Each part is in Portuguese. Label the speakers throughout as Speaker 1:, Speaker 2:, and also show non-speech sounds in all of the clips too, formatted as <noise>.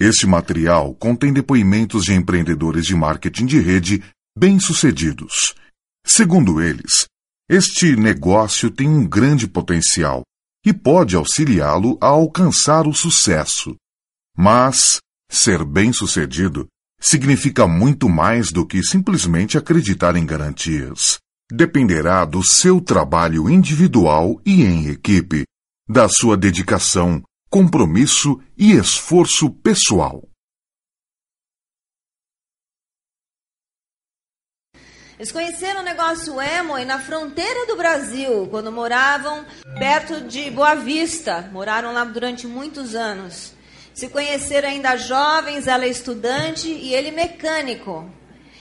Speaker 1: Este material contém depoimentos de empreendedores de marketing de rede bem-sucedidos. Segundo eles, este negócio tem um grande potencial e pode auxiliá-lo a alcançar o sucesso. Mas ser bem-sucedido significa muito mais do que simplesmente acreditar em garantias. Dependerá do seu trabalho individual e em equipe, da sua dedicação, compromisso e esforço pessoal.
Speaker 2: Eles conheceram o negócio Emoi na fronteira do Brasil, quando moravam perto de Boa Vista. Moraram lá durante muitos anos. Se conheceram ainda jovens, ela é estudante e ele mecânico.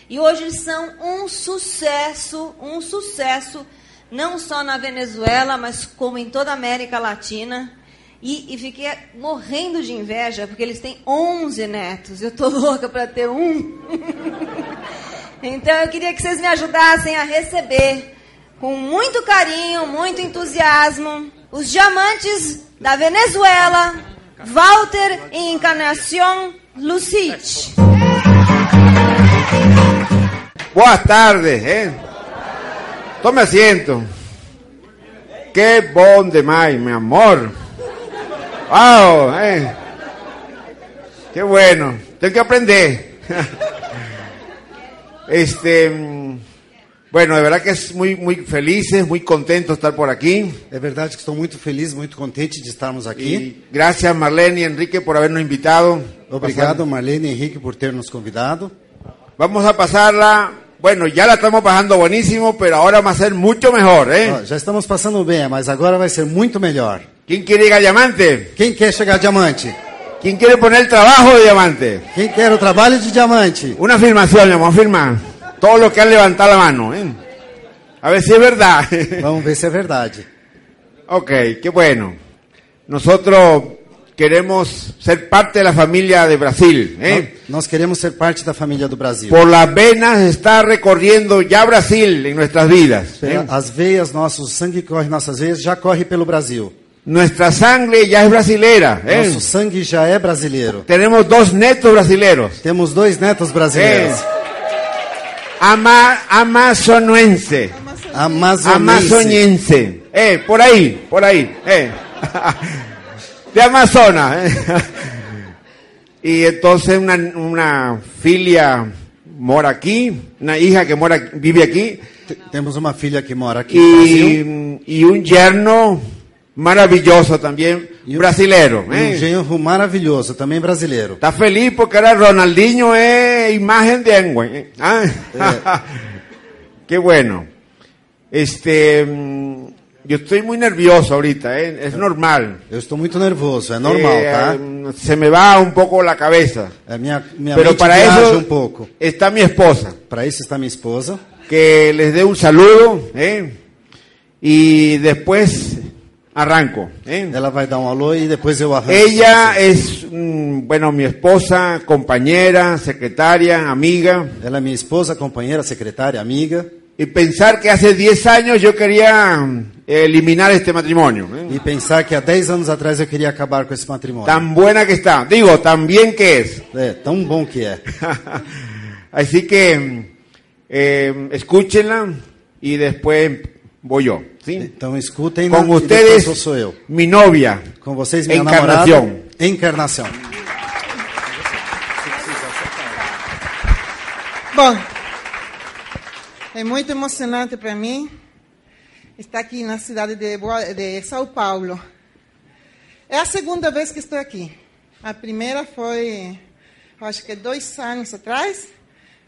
Speaker 2: E hoje eles são um sucesso, um sucesso, não só na Venezuela, mas como em toda a América Latina. E, e fiquei morrendo de inveja, porque eles têm 11 netos. Eu tô <laughs> louca para ter um. Então eu queria que vocês me ajudassem a receber com muito carinho, muito entusiasmo, os diamantes da Venezuela, Walter e Encarnación Lucich.
Speaker 3: Buenas tardes, ¿eh? Tome asiento. Qué bon de mai, mi amor. Wow, eh. Qué bueno. Tengo que aprender. <laughs> Este, bueno, de verdad que es muy, muy felices, muy contento estar por aquí.
Speaker 4: É verdade que estou muito feliz, muito contente de estarmos aqui.
Speaker 3: Y gracias Marlene y Enrique por habernos invitado.
Speaker 4: Obrigado, Marlene e Henrique, por ter nos convidado.
Speaker 3: Vamos a pasarla. Bueno, ya la estamos pasando buenísimo, pero ahora va a ser mucho mejor,
Speaker 4: Ó,
Speaker 3: ¿eh?
Speaker 4: já estamos passando bem, mas agora vai ser muito melhor.
Speaker 3: ¿Quién quiere llegar a diamante?
Speaker 4: Quem quer chegar a diamante?
Speaker 3: ¿Quién quiere poner el trabajo de diamante?
Speaker 4: Quem quer o trabalho de diamante?
Speaker 3: Una afirmación, mi amor, firma. Todos los que han levantado la mano, ¿eh? A ver si es verdad. <laughs>
Speaker 4: Vamos ver se é verdade.
Speaker 3: Ok, qué bueno. Nosotros queremos ser parte de la familia de Brasil. ¿eh?
Speaker 4: Nó- Nós queremos ser parte da família do Brasil.
Speaker 3: Por las venas está recorriendo ya Brasil en nuestras vidas. ¿eh?
Speaker 4: Pela- É, As veias, nosso sangue que corre em nossas veias, já corre pelo Brasil.
Speaker 3: Nuestra sangre ya es brasilera. ¿eh?
Speaker 4: Nosso sangue já é brasileiro.
Speaker 3: Tenemos dos netos brasileros.
Speaker 4: Temos dois netos brasileiros.
Speaker 3: Ama- amazonense.
Speaker 4: Amazonense.
Speaker 3: Amazonense. Eh, por ahí, por ahí. eh. De Amazonas. eh. Y entonces una, una filia mora aquí, una hija que mora, vive aquí,
Speaker 4: Temos uma filha que mora aqui no Brasil.
Speaker 3: y, y un yerno maravilloso también,
Speaker 4: E um-
Speaker 3: brasilero.
Speaker 4: Um
Speaker 3: eh.
Speaker 4: genro maravilhoso, também brasileiro.
Speaker 3: Está feliz porque ahora Ronaldinho es imagen de Engwe. eh. Ah, <laughs> Qué bueno. Este, mm, yo estoy muy nervioso ahorita, eh, es normal.
Speaker 4: Eu estou muito nervoso, é normal, ¿ah?
Speaker 3: Eh,
Speaker 4: tá?
Speaker 3: mm, Se me va un poco la cabeza.
Speaker 4: É minha minha
Speaker 3: Pero
Speaker 4: mente
Speaker 3: para
Speaker 4: viaja
Speaker 3: eso
Speaker 4: um pouco.
Speaker 3: está mi esposa,
Speaker 4: Para isso está minha esposa.
Speaker 3: que les dé un saludo eh, y después arranco. eh.
Speaker 4: Ela vai dar um alô e depois eu arranjo.
Speaker 3: Ella é- es, mm, bueno, mi esposa, compañera, secretaria, amiga.
Speaker 4: Ela é minha esposa, companheira, secretária, amiga.
Speaker 3: Y pensar que hace 10 años yo quería eliminar este matrimonio. ¿eh?
Speaker 4: E pensar que há 10 anos atrás eu queria acabar com esse matrimônio.
Speaker 3: Tan buena que está. Digo, tan bien que es. <laughs>
Speaker 4: É, tão bom que é.
Speaker 3: Así que eh, escúchenla y después voy yo. ¿sí?
Speaker 4: Então escutem
Speaker 3: Con
Speaker 4: e depois
Speaker 3: ustedes,
Speaker 4: eu sou eu.
Speaker 3: mi novia.
Speaker 4: Com vocês, minha
Speaker 3: Encarnação.
Speaker 4: namorada. Encarnação.
Speaker 5: Bom, é muito emocionante para mim estar aqui na cidade de, Boa- de São Paulo. É a segunda vez que estou aqui. A primeira foi, eu acho que dois anos atrás,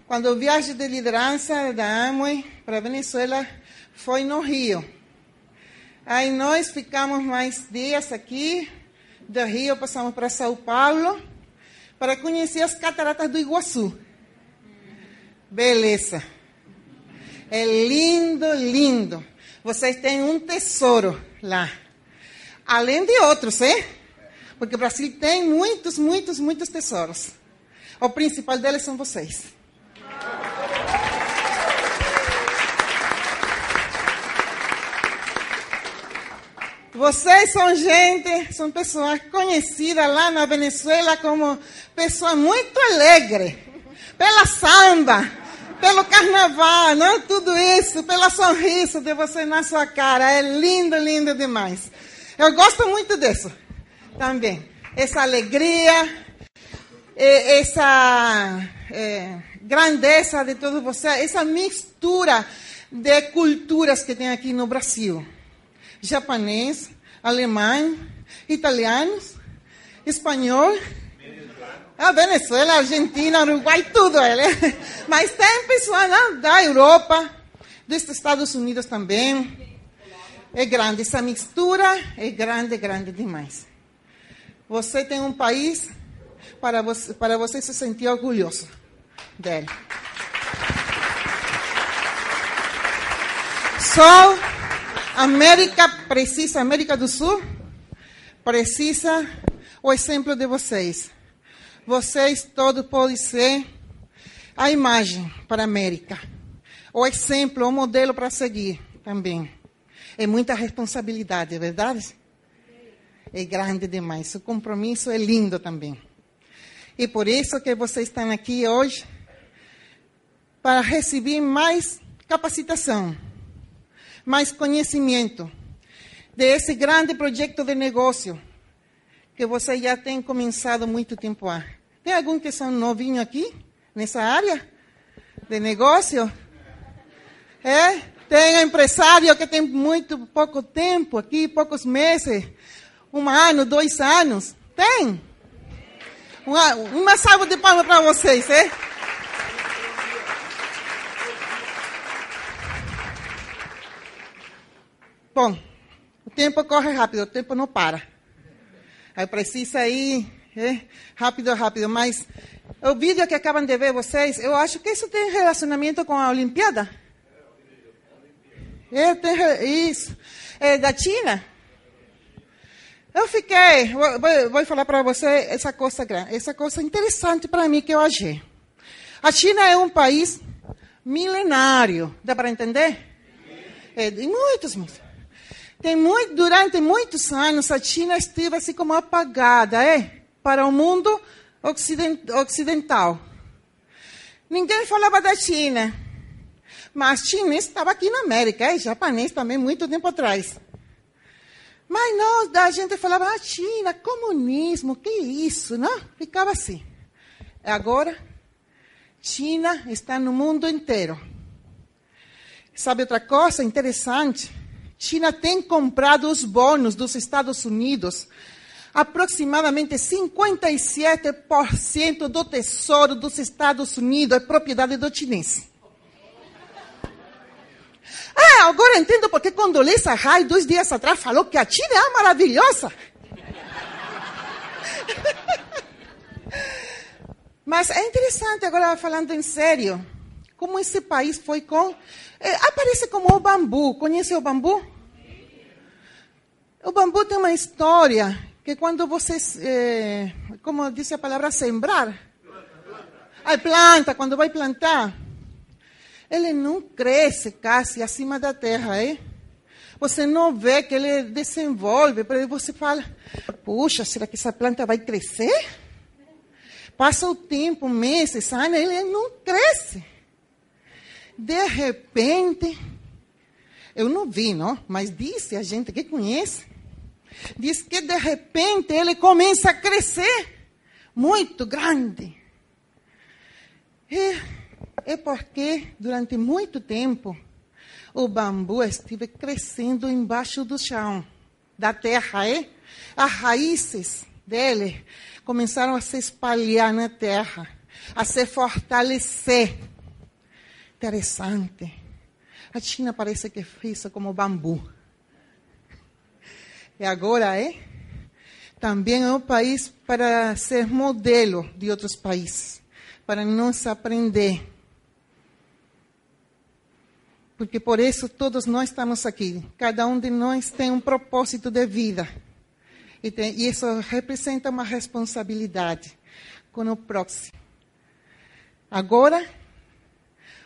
Speaker 5: quando o viagem de liderança da Amway para a Venezuela foi no Rio. Aí nós ficamos mais dias aqui, do Rio passamos para São Paulo, para conhecer as cataratas do Iguaçu. Beleza. É lindo, lindo. Vocês têm um tesouro lá. Além de outros, hein? Porque o Brasil tem muitos, muitos, muitos tesouros. O principal deles são vocês. Vocês são gente, são pessoas conhecidas lá na Venezuela como pessoas muito alegres. Pela samba, pelo carnaval, não é tudo isso, pelo sorriso de vocês na sua cara. É lindo, lindo demais. Eu gosto muito disso também. Essa alegria, eh, essa eh, grandeza de todos vocês, essa mistura de culturas que tem aqui no Brasil japonês, alemão, italiano, espanhol. A Venezuela, Argentina, Uruguai, tudo ele. <laughs> Mas tem pessoas né, da Europa, dos Estados Unidos também. É grande, essa mistura é grande, grande demais. Você tem um país para você, para você se sentir orgulhoso dele. Só América precisa, América do Sul precisa o exemplo de vocês. Vocês todos podem ser a imagem para a América. O exemplo, o modelo para seguir também. É muita responsabilidade, verdade? É grande demais. O compromisso é lindo também. E por isso que vocês estão aqui hoje para receber mais capacitação mais conhecimento desse grande projeto de negócio que você já tem começado muito tempo há. Tem algum que são novinho aqui, nessa área de negócio? É? Tem empresário que tem muito pouco tempo aqui, poucos meses, um ano, dois anos. Tem? Uma, uma salva de palmas para vocês, é? Bom, o tempo corre rápido, o tempo não para. Aí precisa ir é, rápido, rápido. Mas o vídeo que acabam de ver vocês, eu acho que isso tem relacionamento com a Olimpíada. É, tem, re- isso. É da China. Eu fiquei, vou, vou- vou falar para você essa coisa grande, essa coisa interessante para mim que eu achei. A China é um país milenário, dá para entender? É, de muitos, muitos. Tem muito, durante muitos anos, a China esteve assim como apagada, é? Para o mundo occiden- ocidental. Ninguém falava da China. Mas chinês estava aqui na América, é? Japonês também, muito tempo atrás. Mas nós, a gente falava, ah, China, comunismo, que isso, não? Ficava assim. Agora, China está no mundo inteiro. Sabe outra coisa interessante? China tem comprado os bônus dos Estados Unidos. Aproximadamente 57% do tesouro dos Estados Unidos é propriedade do chinês. Ah, agora entendo porque Condoleezza Rice, dois dias atrás, falou que a China é maravilhosa. Mas é interessante, agora falando em sério, como esse país foi com. eh, aparece como o bambu. Conhece o bambu? O bambu tem uma história que quando vocês. eh, como diz a palavra sembrar? A planta, quando vai plantar. Ele não cresce quase acima da terra, hein? Você não vê que ele desenvolve, porque você fala: puxa, será que essa planta vai crescer? Passa o tempo, meses, anos, ele não cresce. De repente, eu não vi, não, mas disse a gente que conhece, diz que de repente ele começa a crescer muito grande. É, é porque durante muito tempo o bambu esteve crescendo embaixo do chão, da terra, é? As raízes dele começaram a se espalhar na terra, a se fortalecer. Interessante. A China parece que fez como bambu. E agora é também é um país para ser modelo de outros países, para nos aprender. Porque por isso todos nós estamos aqui. Cada um de nós tem um propósito de vida. E, tem- e isso representa uma responsabilidade com o próximo. Agora,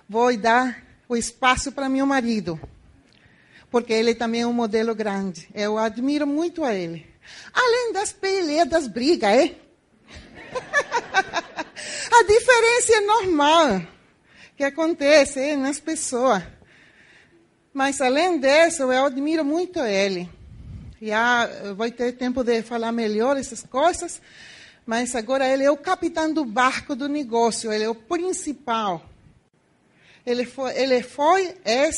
Speaker 5: vou dar o espaço para meu marido, porque ele também é um modelo grande. Eu admiro muito a ele. Além das peleas, das brigas, é? <laughs> a diferença é normal que acontece é, nas pessoas. Mas, além disso, eu admiro muito ele. Já vou ter tempo de falar melhor essas coisas, mas agora ele é o capitão do barco do negócio, ele é o principal. Ele foi, ele foi é,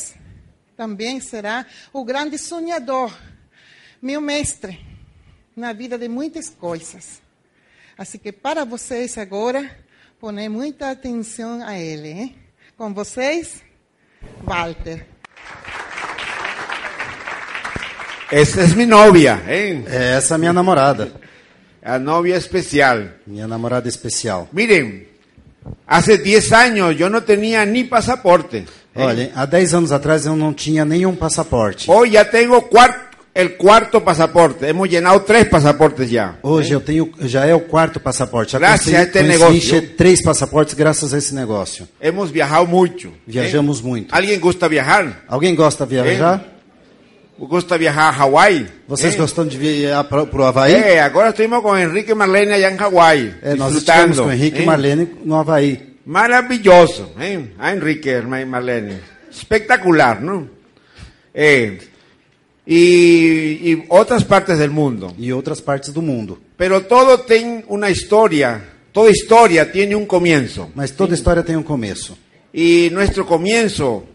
Speaker 5: também será, o grande sonhador, meu mestre, na vida de muitas coisas. Assim que, para vocês agora, poner muita atenção a ele. Hein? Com vocês, Walter.
Speaker 3: Esa es mi novia, ¿eh?
Speaker 4: É essa minha namorada,
Speaker 3: La novia especial.
Speaker 4: minha namorada especial.
Speaker 3: Miren, hace 10 años yo no tenía ni pasaporte. ¿eh?
Speaker 4: Olha, há 10 anos atrás eu não tinha nenhum passaporte.
Speaker 3: Hoy ya tengo cuar- el cuarto pasaporte. Hemos llenado tres pasaportes ya.
Speaker 4: Hoje eu tenho, já é o quarto passaporte. Já
Speaker 3: Graças
Speaker 4: consegui-
Speaker 3: a este
Speaker 4: consegui
Speaker 3: negócio.
Speaker 4: encher três passaportes graças a esse negócio.
Speaker 3: Hemos viajado mucho. ¿eh?
Speaker 4: Viajamos muito.
Speaker 3: ¿Alguien gusta viajar?
Speaker 4: Alguém gosta de viajar?
Speaker 3: ¿Gusta viajar a Hawái?
Speaker 4: Vocês
Speaker 3: ¿eh?
Speaker 4: gostam de viajar para o Havaí?
Speaker 3: Eh, ahora estuvimos con Enrique Marlene allá en Hawái.
Speaker 4: É, nós estivemos
Speaker 3: disfrutando,
Speaker 4: com Henrique
Speaker 3: ¿eh?
Speaker 4: e Marlene no Havaí.
Speaker 3: Maravilloso, ¿eh? A Enrique Herma- Marlene. Espectacular, ¿no? Eh, y, y otras partes del mundo.
Speaker 4: E outras partes do mundo.
Speaker 3: Pero todo tiene una historia, toda historia tiene un comienzo.
Speaker 4: Mas toda história tem um começo.
Speaker 3: Y nuestro comienzo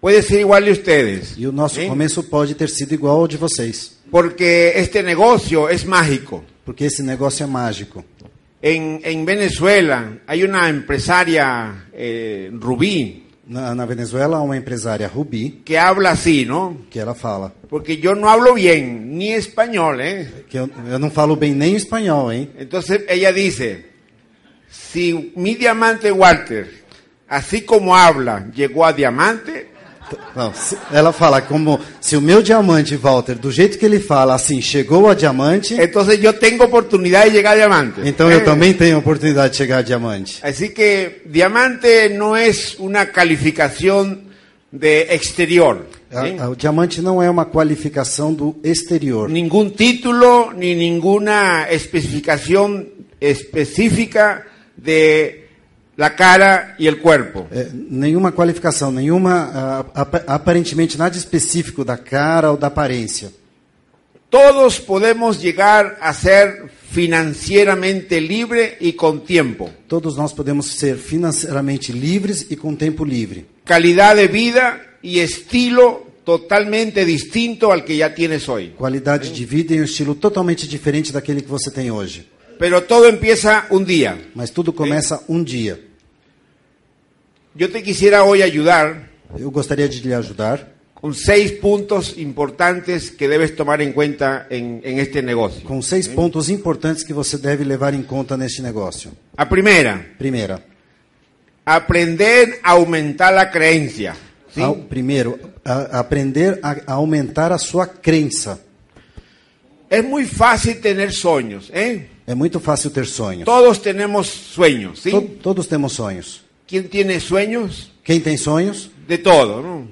Speaker 3: puede ser igual de ustedes.
Speaker 4: E o nosso
Speaker 3: ¿eh?
Speaker 4: começo pode ter sido igual ao de vocês.
Speaker 3: Porque este negocio es mágico.
Speaker 4: Porque esse negócio é mágico.
Speaker 3: En, en Venezuela hay una empresaria, eh, Rubí,
Speaker 4: Na, na Venezuela, há uma empresária, Rubi,
Speaker 3: que habla así, ¿no?
Speaker 4: que ela fala
Speaker 3: Porque yo no hablo bien, ni español, ¿eh?
Speaker 4: que eu, eu não falo bem nem espanhol, hein?
Speaker 3: Entonces ella dice, si mi diamante Walter, así como habla, llegó a diamante,
Speaker 4: Não, se- ela fala como se o meu diamante, Walter, do jeito que ele fala, assim, chegou a diamante,
Speaker 3: entonces yo tengo oportunidad de llegar a diamante.
Speaker 4: então
Speaker 3: Eh,
Speaker 4: eu também tenho a oportunidade de chegar a diamante.
Speaker 3: Así que diamante no es una calificación de exterior. ¿sí?
Speaker 4: A- a- o diamante não é uma qualificação do exterior.
Speaker 3: Ningún título ni ninguna especificación específica de la cara y el cuerpo.
Speaker 4: É, nenhuma qualificação, nenhuma ah, ap- aparentemente nada específico da cara ou da aparência.
Speaker 3: Todos podemos llegar a ser financieramente libre y con tiempo.
Speaker 4: Todos nós podemos ser financeiramente livres e com tempo livre.
Speaker 3: Calidad de vida y estilo totalmente distinto al que ya tienes hoy.
Speaker 4: Qualidade de vida e um estilo totalmente diferente daquele que você tem hoje.
Speaker 3: Pero todo empieza un día.
Speaker 4: Mas tudo começa um dia.
Speaker 3: Yo te quisiera hoy ayudar
Speaker 4: Eu gostaria de lhe ajudar
Speaker 3: con seis puntos importantes que debes tomar en cuenta en, en este negocio.
Speaker 4: com seis pontos importantes que você deve levar em conta neste negócio.
Speaker 3: A primera,
Speaker 4: Primeira,
Speaker 3: aprender a aumentar la creencia. ¿sí?
Speaker 4: ao- primeiro, a- aprender a, a aumentar a sua crença.
Speaker 3: Es muy fácil tener sueños. ¿eh?
Speaker 4: É muito fácil ter sonhos.
Speaker 3: Todos tenemos sueños. ¿sí?
Speaker 4: To- todos temos sonhos.
Speaker 3: ¿Quién tiene sueños?
Speaker 4: Quem tem sonhos,
Speaker 3: De todo, ¿no?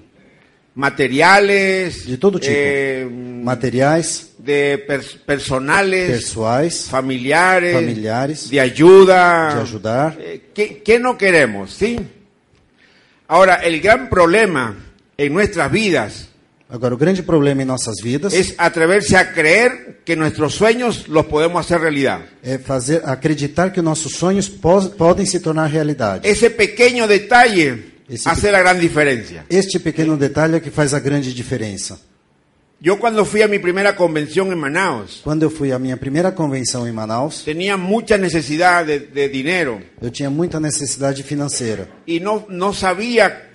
Speaker 3: Materiales,
Speaker 4: de todo tipo,
Speaker 3: eh,
Speaker 4: materiais,
Speaker 3: de pers- personales,
Speaker 4: pessoais,
Speaker 3: familiares,
Speaker 4: familiares,
Speaker 3: de ayuda.
Speaker 4: de ajudar.
Speaker 3: Eh, ¿qué, qué no queremos, sí? Ahora, el gran problema en nuestras vidas
Speaker 4: Agora, o grande problema em nossas vidas
Speaker 3: es atreverse a creer que nuestros sueños los podemos hacer realidad.
Speaker 4: é fazer acreditar que nossos sonhos pos- podem se tornar realidade.
Speaker 3: Ese pequeño detalle
Speaker 4: Ese
Speaker 3: hace la gran diferencia.
Speaker 4: Este pequeno detalhe é que faz a grande diferença.
Speaker 3: Yo cuando fui a mi primera convención en Manaos,
Speaker 4: Quando eu fui à minha primeira convenção em Manaus,
Speaker 3: tenía mucha necesidad de- de dinero.
Speaker 4: eu tinha muita necessidade financeira
Speaker 3: y no, no sabía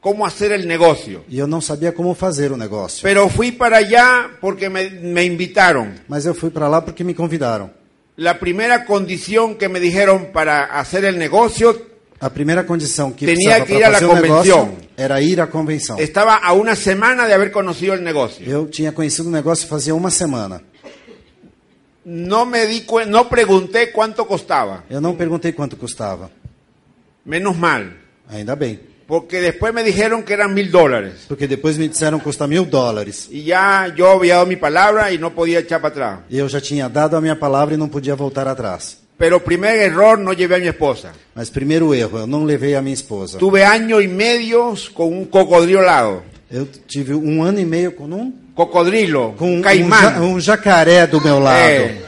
Speaker 3: cómo hacer el negocio.
Speaker 4: e eu não sabia como fazer o negócio.
Speaker 3: Pero fui para allá porque me, me invitaron.
Speaker 4: Mas eu fui para lá porque me convidaram.
Speaker 3: La primera condición que me dijeron para hacer el negocio
Speaker 4: A primeira condição que
Speaker 3: Tinha
Speaker 4: precisava
Speaker 3: que ir
Speaker 4: para
Speaker 3: à
Speaker 4: fazer o negócio
Speaker 3: convenção.
Speaker 4: era ir à convenção.
Speaker 3: estaba a una semana de haber conocido el negocio.
Speaker 4: Eu tinha conhecido o negócio fazia uma semana.
Speaker 3: No me di cuen- no pregunté cuánto costaba.
Speaker 4: Eu não perguntei quanto custava.
Speaker 3: Menos mal,
Speaker 4: Ainda bem.
Speaker 3: porque después me dijeron que eran mil dólares.
Speaker 4: Porque depois me disseram custar mil dólares.
Speaker 3: Y ya yo había dado mi palabra y no podía echar para atrás.
Speaker 4: E eu já tinha dado a minha palavra e não podia voltar atrás.
Speaker 3: Pero primer error, no llevé a mi esposa.
Speaker 4: Mas primeiro erro, eu não levei a minha esposa.
Speaker 3: Tuve año y medio con un cocodrilo al lado.
Speaker 4: Eu tive um ano e meio com um,
Speaker 3: Cocodrilo,
Speaker 4: com um, ja-
Speaker 3: caimán.
Speaker 4: um jacaré do meu lado.
Speaker 3: eh,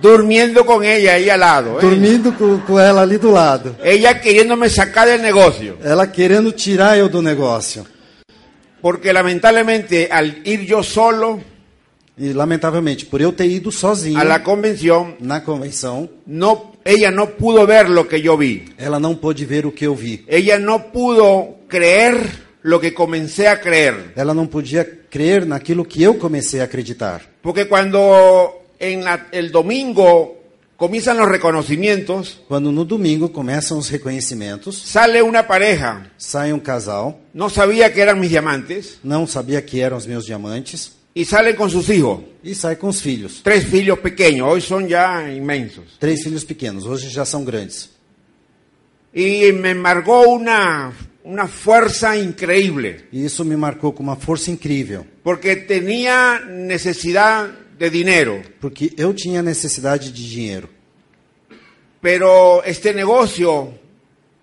Speaker 3: durmiendo con ella ahí al lado. eh.
Speaker 4: Dormindo com, com ela ali do lado.
Speaker 3: Ella queriéndome sacar del negocio.
Speaker 4: Ela querendo tirar eu do negócio.
Speaker 3: Porque lamentablemente al ir yo solo
Speaker 4: E lamentavelmente, por eu ter ido sozinho
Speaker 3: a la convención,
Speaker 4: na convenção,
Speaker 3: no, ella no pudo ver lo que yo vi.
Speaker 4: ela não pôde ver o que eu vi.
Speaker 3: Ella no pudo creer lo que comencé a creer.
Speaker 4: Ela não podia crer naquilo que eu comecei a acreditar.
Speaker 3: Porque cuando en la- el domingo comienzan los reconocimientos,
Speaker 4: Quando no domingo começam os reconhecimentos,
Speaker 3: sale una pareja.
Speaker 4: sai um casal,
Speaker 3: No sabía que eran mis diamantes.
Speaker 4: não sabia que eram os meus diamantes,
Speaker 3: Y salen con sus hijos.
Speaker 4: e sai com os filhos.
Speaker 3: Tres hijos pequeños. Hoy son ya inmensos.
Speaker 4: Três filhos pequenos, hoje já são grandes.
Speaker 3: Y me embargó una, una fuerza increíble.
Speaker 4: E isso me marcou com uma força incrível,
Speaker 3: Porque tenía necesidad de dinero.
Speaker 4: porque eu tinha necessidade de dinheiro,
Speaker 3: Pero este negocio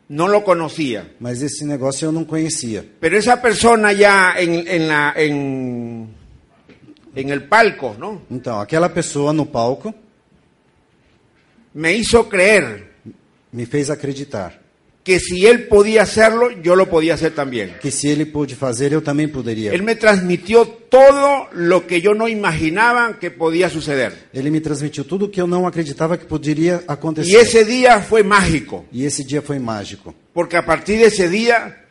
Speaker 3: no lo conocía.
Speaker 4: mas esse negócio eu não conhecia.
Speaker 3: Pero esa persona ya en, en la, en, en el palco, ¿no?
Speaker 4: Então, aquela pessoa no palco
Speaker 3: Me hizo creer
Speaker 4: me fez acreditar
Speaker 3: que si él podía hacerlo, yo lo podía hacer también.
Speaker 4: que se ele pôde fazer, eu também poderia.
Speaker 3: Él me transmitió todo lo que yo no imaginaba que podía suceder.
Speaker 4: Ele me transmitiu tudo o que eu não acreditava que poderia acontecer.
Speaker 3: Y ese día fue mágico,
Speaker 4: E esse dia foi mágico.
Speaker 3: porque a partir de ese día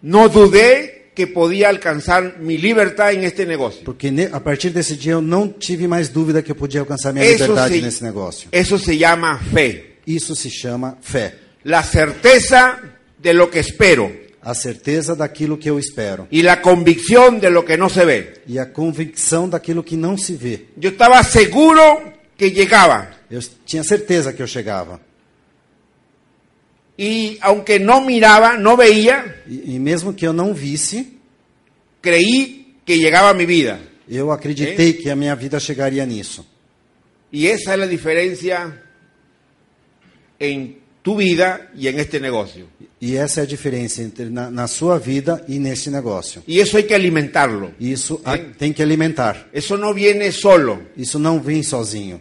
Speaker 3: no dudé que podía alcanzar mi libertad en este negocio.
Speaker 4: Porque ne- a partir desse dia eu não tive mais dúvida que eu podia alcançar minha liberdade nesse negócio.
Speaker 3: eso se llama fe,
Speaker 4: Isso se chama fé.
Speaker 3: la certeza de lo que espero
Speaker 4: A certeza daquilo que eu espero.
Speaker 3: y la convicción de lo que no se ve.
Speaker 4: E a convicção daquilo que não se vê.
Speaker 3: Yo estaba seguro que llegaba
Speaker 4: Eu s- tinha certeza que eu chegava.
Speaker 3: y aunque no miraba, no veía,
Speaker 4: E, e mesmo que eu não visse,
Speaker 3: creí que llegaba a mi vida.
Speaker 4: eu acreditei que a minha vida chegaria nisso.
Speaker 3: Y esa es la diferencia en tu vida y en este negocio.
Speaker 4: E essa é a diferença entre na, na sua vida e nesse negócio.
Speaker 3: Y eso hay que alimentarlo.
Speaker 4: Isso a-
Speaker 3: Sim.
Speaker 4: tem que alimentar.
Speaker 3: Eso no viene solo.
Speaker 4: Isso não vem sozinho.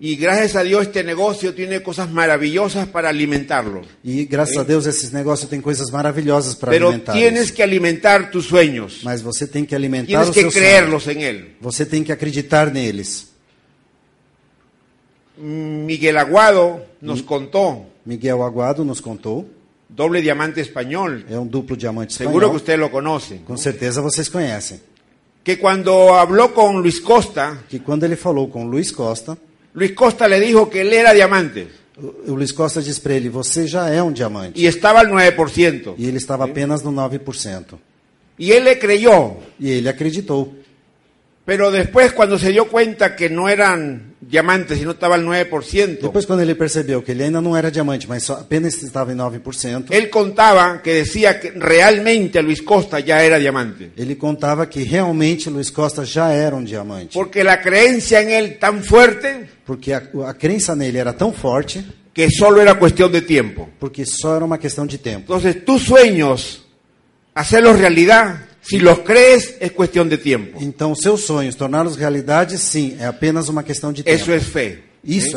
Speaker 3: Y gracias a Dios este negocio tiene cosas maravillosas para alimentarlo.
Speaker 4: E graças a Deus esses negócios têm coisas maravilhosas para
Speaker 3: Pero
Speaker 4: alimentar.
Speaker 3: tienes
Speaker 4: isso.
Speaker 3: que alimentar tus sueños.
Speaker 4: Mas você tem que alimentar
Speaker 3: Tienes
Speaker 4: os
Speaker 3: que
Speaker 4: seus sonhos.
Speaker 3: creerlos en él.
Speaker 4: Você tem que acreditar neles. Mm.
Speaker 3: Miguel Aguado nos contó,
Speaker 4: Miguel Aguado nos contou,
Speaker 3: doble diamante español,
Speaker 4: é um duplo diamante espanhol.
Speaker 3: seguro que usted lo conoce,
Speaker 4: Com certeza vocês conhecem.
Speaker 3: que cuando habló con Luis Costa,
Speaker 4: Que quando ele falou com o Luiz Costa,
Speaker 3: Luis Costa le dijo que él era diamante
Speaker 4: o o Luiz Costa disse para ele: Você já é um diamante.
Speaker 3: y estaba al 9%.
Speaker 4: E ele estava apenas no 9%.
Speaker 3: Y él le creyó,
Speaker 4: E ele acreditou.
Speaker 3: pero después cuando se dio cuenta que no eran diamantes, sino estaba al 9%,
Speaker 4: Depois, quando ele percebeu que ele ainda não era diamante, mas só apenas estava em 9%,
Speaker 3: él contaba que decía que realmente Luis Costa ya era diamante.
Speaker 4: ele contava que realmente Luiz Costa já era um diamante.
Speaker 3: Porque la creencia en él tan fuerte
Speaker 4: Porque a, a crença nele era tão forte,
Speaker 3: que solo era cuestión de tiempo.
Speaker 4: porque só era uma questão de tempo.
Speaker 3: Entonces tus sueños, hacerlos realidad, si los crees, es cuestión de tiempo.
Speaker 4: Então, seus sonhos, torná-los realidade, sim, é apenas uma questão de tempo.
Speaker 3: Eso es fe.
Speaker 4: Isso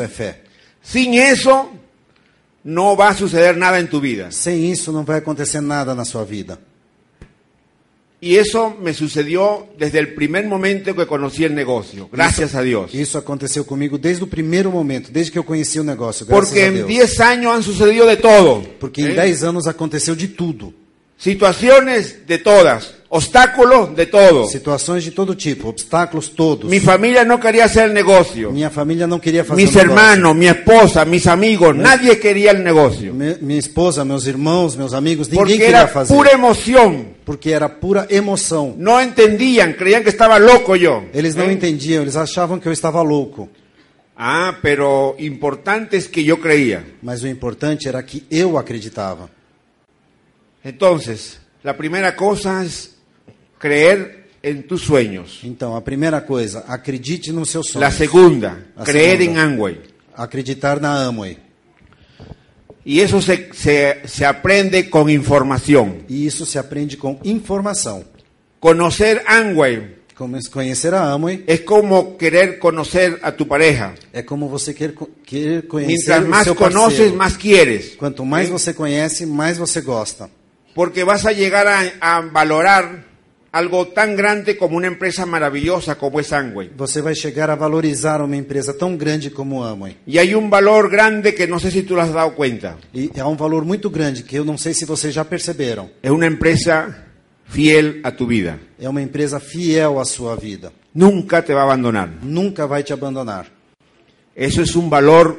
Speaker 3: ¿sí?
Speaker 4: é fé.
Speaker 3: Sin eso, no va a suceder nada en tu vida.
Speaker 4: Sem isso, não vai acontecer nada na sua vida.
Speaker 3: Y eso me sucedió desde el primer momento que conocí el negocio, gracias
Speaker 4: Isso-
Speaker 3: a Dios.
Speaker 4: Isso aconteceu comigo desde o primeiro momento, desde que eu conheci o negócio, graças
Speaker 3: Porque
Speaker 4: a
Speaker 3: en
Speaker 4: Deus.
Speaker 3: 10 años han sucedido de todo.
Speaker 4: Porque em
Speaker 3: ¿eh?
Speaker 4: 10 anos aconteceu de tudo.
Speaker 3: Situaciones de todas, obstáculos de todo.
Speaker 4: Situações de todo tipo, obstáculos todos.
Speaker 3: Mi familia no quería hacer el negocio.
Speaker 4: Minha família não queria fazer
Speaker 3: Mis
Speaker 4: o negócio.
Speaker 3: hermanos, mi esposa, mis
Speaker 4: ¿Eh?
Speaker 3: amigos, nadie quería el negocio.
Speaker 4: Me- minha esposa, meus irmãos, meus amigos, ninguém
Speaker 3: Porque
Speaker 4: queria
Speaker 3: era
Speaker 4: fazer.
Speaker 3: pura emoción.
Speaker 4: Porque era pura emoção.
Speaker 3: No entendían, creían que estaba loco yo. ¿Eh?
Speaker 4: Eles não entendiam, eles achavam que eu estava louco.
Speaker 3: Ah, pero importante es que yo creía.
Speaker 4: Mas o importante era que eu acreditava.
Speaker 3: Entonces, la primera cosa es creer en tus sueños.
Speaker 4: Então, a primeira coisa, acredite nos seus
Speaker 3: La
Speaker 4: sonhos.
Speaker 3: segunda,
Speaker 4: La
Speaker 3: creer
Speaker 4: segunda.
Speaker 3: en Angway.
Speaker 4: Acreditar na Amway.
Speaker 3: Y eso se, se- se aprende con información.
Speaker 4: E isso se aprende com informação.
Speaker 3: Conocer Angway
Speaker 4: Como conhecer a Amway
Speaker 3: es como querer conocer a tu pareja.
Speaker 4: é como você quer, co- querer conhecer
Speaker 3: Mientras
Speaker 4: o
Speaker 3: más
Speaker 4: seu
Speaker 3: conoces,
Speaker 4: parceiro.
Speaker 3: más quieres.
Speaker 4: Quanto mais
Speaker 3: ¿Sí?
Speaker 4: você conhece, mais você gosta.
Speaker 3: Porque vas a llegar a, a valorar algo tan grande como una empresa maravillosa como es Angway.
Speaker 4: Você vai chegar a valorizar uma empresa tão grande como a Amway.
Speaker 3: Y hay un valor grande que no sé si tú lo has dado cuenta.
Speaker 4: E há um valor muito grande que eu não sei se vocês já perceberam.
Speaker 3: Es una empresa fiel a tu vida.
Speaker 4: É uma empresa fiel à sua vida.
Speaker 3: Nunca te va a abandonar.
Speaker 4: Nunca vai te abandonar.
Speaker 3: Eso es un valor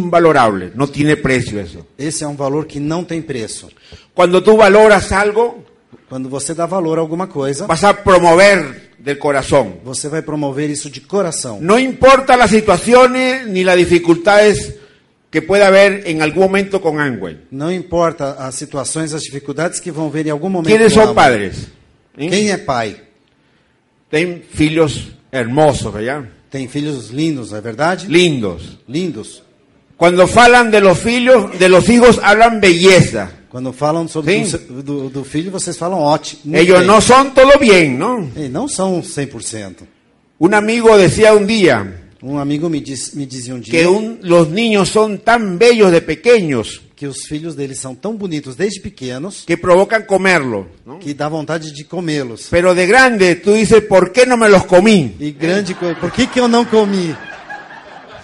Speaker 3: invalorable. No tiene precio eso.
Speaker 4: Esse é um valor que não tem preço.
Speaker 3: Cuando tú valoras algo,
Speaker 4: Quando você dá valor a alguma coisa,
Speaker 3: vas a promover del corazón.
Speaker 4: você vai promover isso de coração.
Speaker 3: No importa las situaciones ni las dificultades que pueda haber en algún momento con Angway.
Speaker 4: Não importa as situações, as dificuldades que vão ver em algum momento.
Speaker 3: ¿Quiénes
Speaker 4: no
Speaker 3: son
Speaker 4: amor.
Speaker 3: padres? ¿Mm?
Speaker 4: Quem é pai?
Speaker 3: Ten hijos hermosos, ¿verdad?
Speaker 4: Tem filhos lindos, não é verdade?
Speaker 3: Lindos.
Speaker 4: Lindos.
Speaker 3: Cuando falan de los hijos, de los hijos hablan belleza.
Speaker 4: Quando falam sobre
Speaker 3: Sim. É,
Speaker 4: do, do- do filho, vocês falam ótimo. muito
Speaker 3: Ellos
Speaker 4: bem.
Speaker 3: no son todo bien, ¿no?
Speaker 4: E não são 100%.
Speaker 3: Un amigo decía un día
Speaker 4: Um amigo me, diz, me dizia um dia
Speaker 3: que un- los niños son tan bellos de pequeños
Speaker 4: que os filhos deles são tão bonitos desde pequenos
Speaker 3: que provocan comerlo, ¿no?
Speaker 4: que dá vontade de comê-los.
Speaker 3: Pero de grande tú dices, ¿por qué no me los comí?
Speaker 4: E grande coisa. Por que, que eu não comi?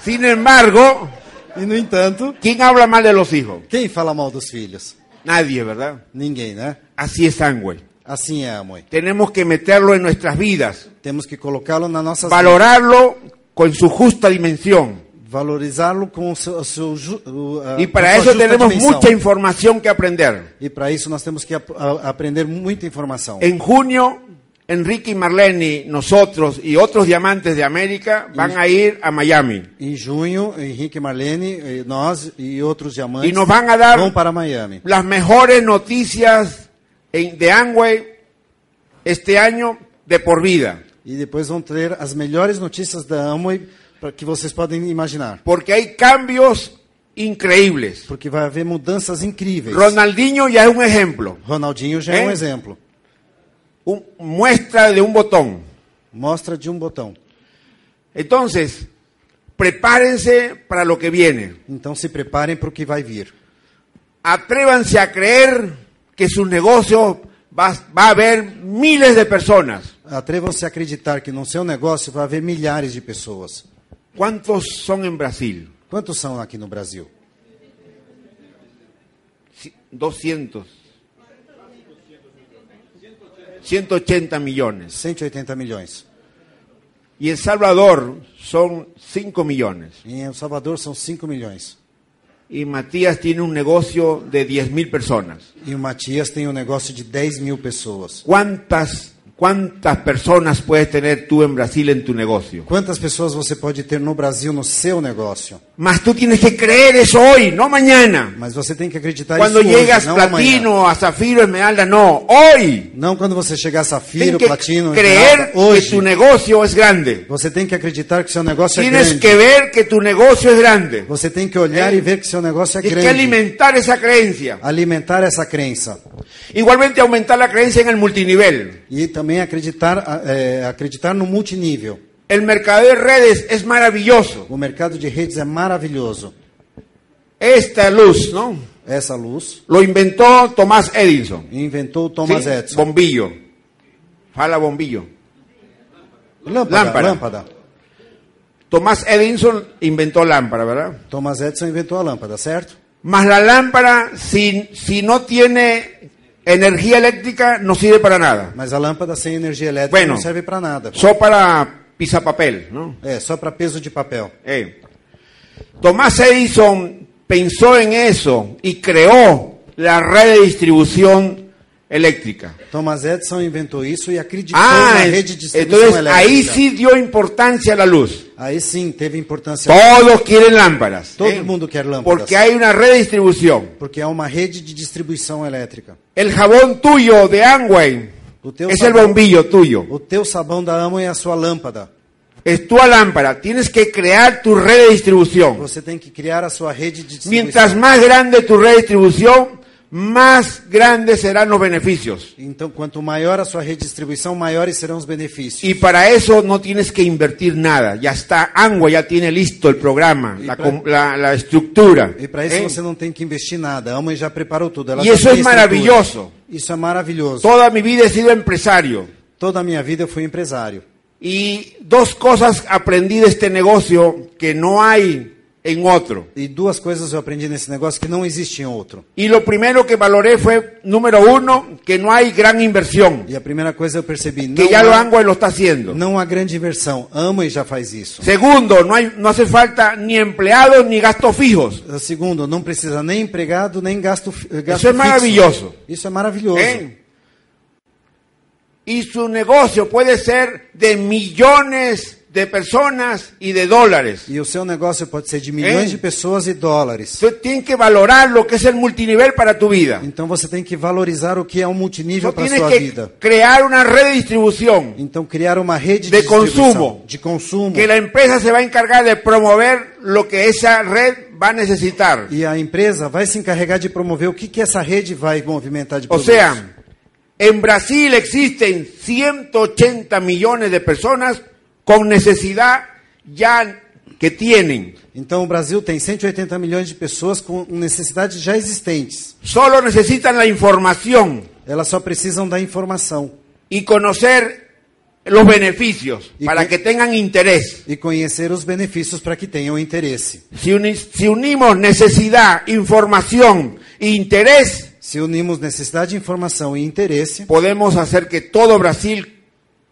Speaker 3: Sin embargo,
Speaker 4: E no entanto,
Speaker 3: ¿quién habla mal de los hijos?
Speaker 4: quem fala mal dos filhos?
Speaker 3: Nadie, ¿verdad?
Speaker 4: Ninguém, né?
Speaker 3: Así es Angway.
Speaker 4: Assim é a mãe.
Speaker 3: Tenemos que meterlo en nuestras vidas,
Speaker 4: Temos que colocá-lo na nossa
Speaker 3: valorarlo con su justa dimensión.
Speaker 4: valorizá-lo com o seu, o seu ju- o, a-
Speaker 3: Y
Speaker 4: com
Speaker 3: para
Speaker 4: a
Speaker 3: eso
Speaker 4: sua justa
Speaker 3: tenemos
Speaker 4: dimensão.
Speaker 3: mucha información que aprender.
Speaker 4: E para isso nós temos que ap- a- aprender muita informação.
Speaker 3: En junio, Enrique y Marlene, nosotros y otros diamantes de América van a ir a Miami.
Speaker 4: Em junho, Henrique e Marlene, eh, nós e outros diamantes
Speaker 3: E nos vão a dar-
Speaker 4: vão para Miami.
Speaker 3: Las mejores noticias en- de Angway este año de por vida.
Speaker 4: E depois vão ter as melhores notícias da Amway pra- que vocês podem imaginar.
Speaker 3: Porque hay cambios increíbles.
Speaker 4: Porque vai haver mudanças incríveis.
Speaker 3: Ronaldinho ya es un ejemplo.
Speaker 4: Ronaldinho já é um
Speaker 3: Hein?
Speaker 4: exemplo.
Speaker 3: Un- muestra de un botón.
Speaker 4: Mostra de um botão.
Speaker 3: Entonces, prepárense para lo que viene.
Speaker 4: Então se preparem para o que vai vir.
Speaker 3: Atrévanse a creer que sus negocios va, va a haber miles de personas.
Speaker 4: Atrevam-se a acreditar que no seu negócio vai haver milhares de pessoas.
Speaker 3: ¿Cuántos son en Brasil?
Speaker 4: Quantos são aqui no Brasil?
Speaker 3: Ci- 200. 180 millones.
Speaker 4: 180 milhões.
Speaker 3: Y El Salvador son 5 millones.
Speaker 4: Em El Salvador são 5 milhões.
Speaker 3: Y Matías tiene un negocio de 10 mil personas.
Speaker 4: E o Matias tem um negócio de 10 mil pessoas.
Speaker 3: ¿Cuántas, ¿Cuántas personas puedes tener tú en Brasil en tu negocio?
Speaker 4: Quantas pessoas você pode ter no Brasil no seu negócio?
Speaker 3: Mas tú tienes que creer eso hoy, no mañana.
Speaker 4: Mas você tem que acreditar
Speaker 3: Cuando
Speaker 4: isso hoje,
Speaker 3: llegas
Speaker 4: não amanhã.
Speaker 3: platino, a zafiro, esmeralda, no, hoy.
Speaker 4: Não quando você chegar a
Speaker 3: Tienes
Speaker 4: Safiro,
Speaker 3: que
Speaker 4: Platino,
Speaker 3: creer
Speaker 4: Esmeralda,
Speaker 3: que
Speaker 4: hoje.
Speaker 3: tu negocio es grande.
Speaker 4: Você tem que acreditar que seu negócio é
Speaker 3: Tienes
Speaker 4: grande.
Speaker 3: que ver que tu negocio es grande.
Speaker 4: Você tem que olhar
Speaker 3: Hein?
Speaker 4: e ver que seu negócio é
Speaker 3: Tienes que
Speaker 4: grande.
Speaker 3: alimentar esa creencia.
Speaker 4: Alimentar essa crença.
Speaker 3: Igualmente aumentar la creencia en el multinivel.
Speaker 4: E também acreditar, ah, eh, acreditar no multinível.
Speaker 3: El mercado de redes es maravilloso.
Speaker 4: O mercado de redes é maravilhoso.
Speaker 3: Esta luz, ¿no?
Speaker 4: Essa luz
Speaker 3: Lo inventó Tomás Edison.
Speaker 4: inventou o Thomas
Speaker 3: ¿sí?
Speaker 4: Edison.
Speaker 3: Bombillo. Fala bombillo.
Speaker 4: Lâmpada,
Speaker 3: Lâmpada.
Speaker 4: lâmpada.
Speaker 3: Tomás Edison inventó lámpara, ¿verdad?
Speaker 4: Thomas Edison inventou a lâmpada, certo?
Speaker 3: Más la lámpara, si, si no tiene energía eléctrica, no sirve para nada.
Speaker 4: Mas a lâmpada sem energia elétrica
Speaker 3: Bueno.
Speaker 4: não serve para nada.
Speaker 3: Solo para pisapapel, ¿no?
Speaker 4: É, só para peso de papel.
Speaker 3: Eh. Tomás Edison pensó en eso y creó la red de distribución eléctrica.
Speaker 4: Thomas Edison inventou isso e acreditou na
Speaker 3: Ah,
Speaker 4: rede de
Speaker 3: es-
Speaker 4: distribuição
Speaker 3: entonces
Speaker 4: elétrica.
Speaker 3: ahí sí dio importancia a la luz.
Speaker 4: Aí sim teve importância.
Speaker 3: Todos quieren lámparas. ¿eh?
Speaker 4: Todo mundo quer lámparas.
Speaker 3: Porque é- hay una redistribución.
Speaker 4: Porque é uma rede de distribuição elétrica.
Speaker 3: El jabón tuyo de Amway
Speaker 4: O teu,
Speaker 3: es el
Speaker 4: sabão,
Speaker 3: bombillo tuyo.
Speaker 4: o teu sabão da Amway é a sua lâmpada.
Speaker 3: Es tu lámpara. Tienes que crear tu red de distribución.
Speaker 4: Você tem que criar a sua rede de distribuição.
Speaker 3: Mientras más grande tu red de distribución, más grandes serán los beneficios.
Speaker 4: Então, quanto maior a sua rede de distribuição, maiores serão os benefícios.
Speaker 3: Y para eso no tienes que invertir nada. Ya está, Amway ya tiene listo el programa,
Speaker 4: Y
Speaker 3: la,
Speaker 4: para-
Speaker 3: com- la- la estructura.
Speaker 4: E para isso
Speaker 3: ¿eh?
Speaker 4: você não tem que investir nada. A mãe já preparou tudo. Ela
Speaker 3: E
Speaker 4: já
Speaker 3: isso
Speaker 4: tem
Speaker 3: é
Speaker 4: estrutura.
Speaker 3: maravilhoso.
Speaker 4: Isso é maravilhoso.
Speaker 3: Toda mi vida he sido empresario.
Speaker 4: Toda a minha vida eu fui empresário.
Speaker 3: Y dos cosas aprendí de este negocio que no hay en otro.
Speaker 4: E duas coisas eu aprendi nesse negócio que não existe em outro.
Speaker 3: Y lo primero que valoré fue, número uno, que no hay gran inversión,
Speaker 4: E a primeira coisa eu percebi, não,
Speaker 3: que ya lo
Speaker 4: há,
Speaker 3: Amway lo está haciendo.
Speaker 4: não há grande inversão. Amo e já faz isso.
Speaker 3: Segundo, no, hay, no hace falta ni empleados ni gastos fijos.
Speaker 4: Segundo, não precisa nem empregado, nem gasto, fi- eh, gasto
Speaker 3: Isso é
Speaker 4: fixo.
Speaker 3: maravilhoso.
Speaker 4: Isso é maravilhoso.
Speaker 3: ¿eh? Y su negocio puede ser de millones de personas y de dólares.
Speaker 4: E o seu negócio pode ser de milhões
Speaker 3: Hein?
Speaker 4: de pessoas e dólares.
Speaker 3: Usted tiene que valorar lo que es el multinivel para tu vida.
Speaker 4: Então você tem que valorizar o que é um multinível
Speaker 3: No
Speaker 4: para
Speaker 3: tienes
Speaker 4: sua
Speaker 3: que
Speaker 4: vida.
Speaker 3: crear una red de distribución.
Speaker 4: Então criar uma
Speaker 3: De
Speaker 4: rede de, distribuição,
Speaker 3: consumo.
Speaker 4: de consumo.
Speaker 3: que la empresa se va a encargar de promover lo que esa red va a necesitar.
Speaker 4: E a empresa vai se encarregar de promover o que, que essa rede vai movimentar de
Speaker 3: O
Speaker 4: produtos.
Speaker 3: sea, en Brasil existen 180 millones de personas con necesidad ya que tienen.
Speaker 4: Então o Brasil tem 180 milhões de pessoas com necessidades já existentes.
Speaker 3: Solo necesitan la información
Speaker 4: Elas só precisam da informação
Speaker 3: y conocer los beneficios
Speaker 4: ¿Y
Speaker 3: para
Speaker 4: qué?
Speaker 3: que tengan interés.
Speaker 4: e conhecer os benefícios para que tenham interesse.
Speaker 3: Si, uni- si unimos necesidad, información e interés,
Speaker 4: Se unirmos necessidade, informação e interesse,
Speaker 3: podemos hacer que todo Brasil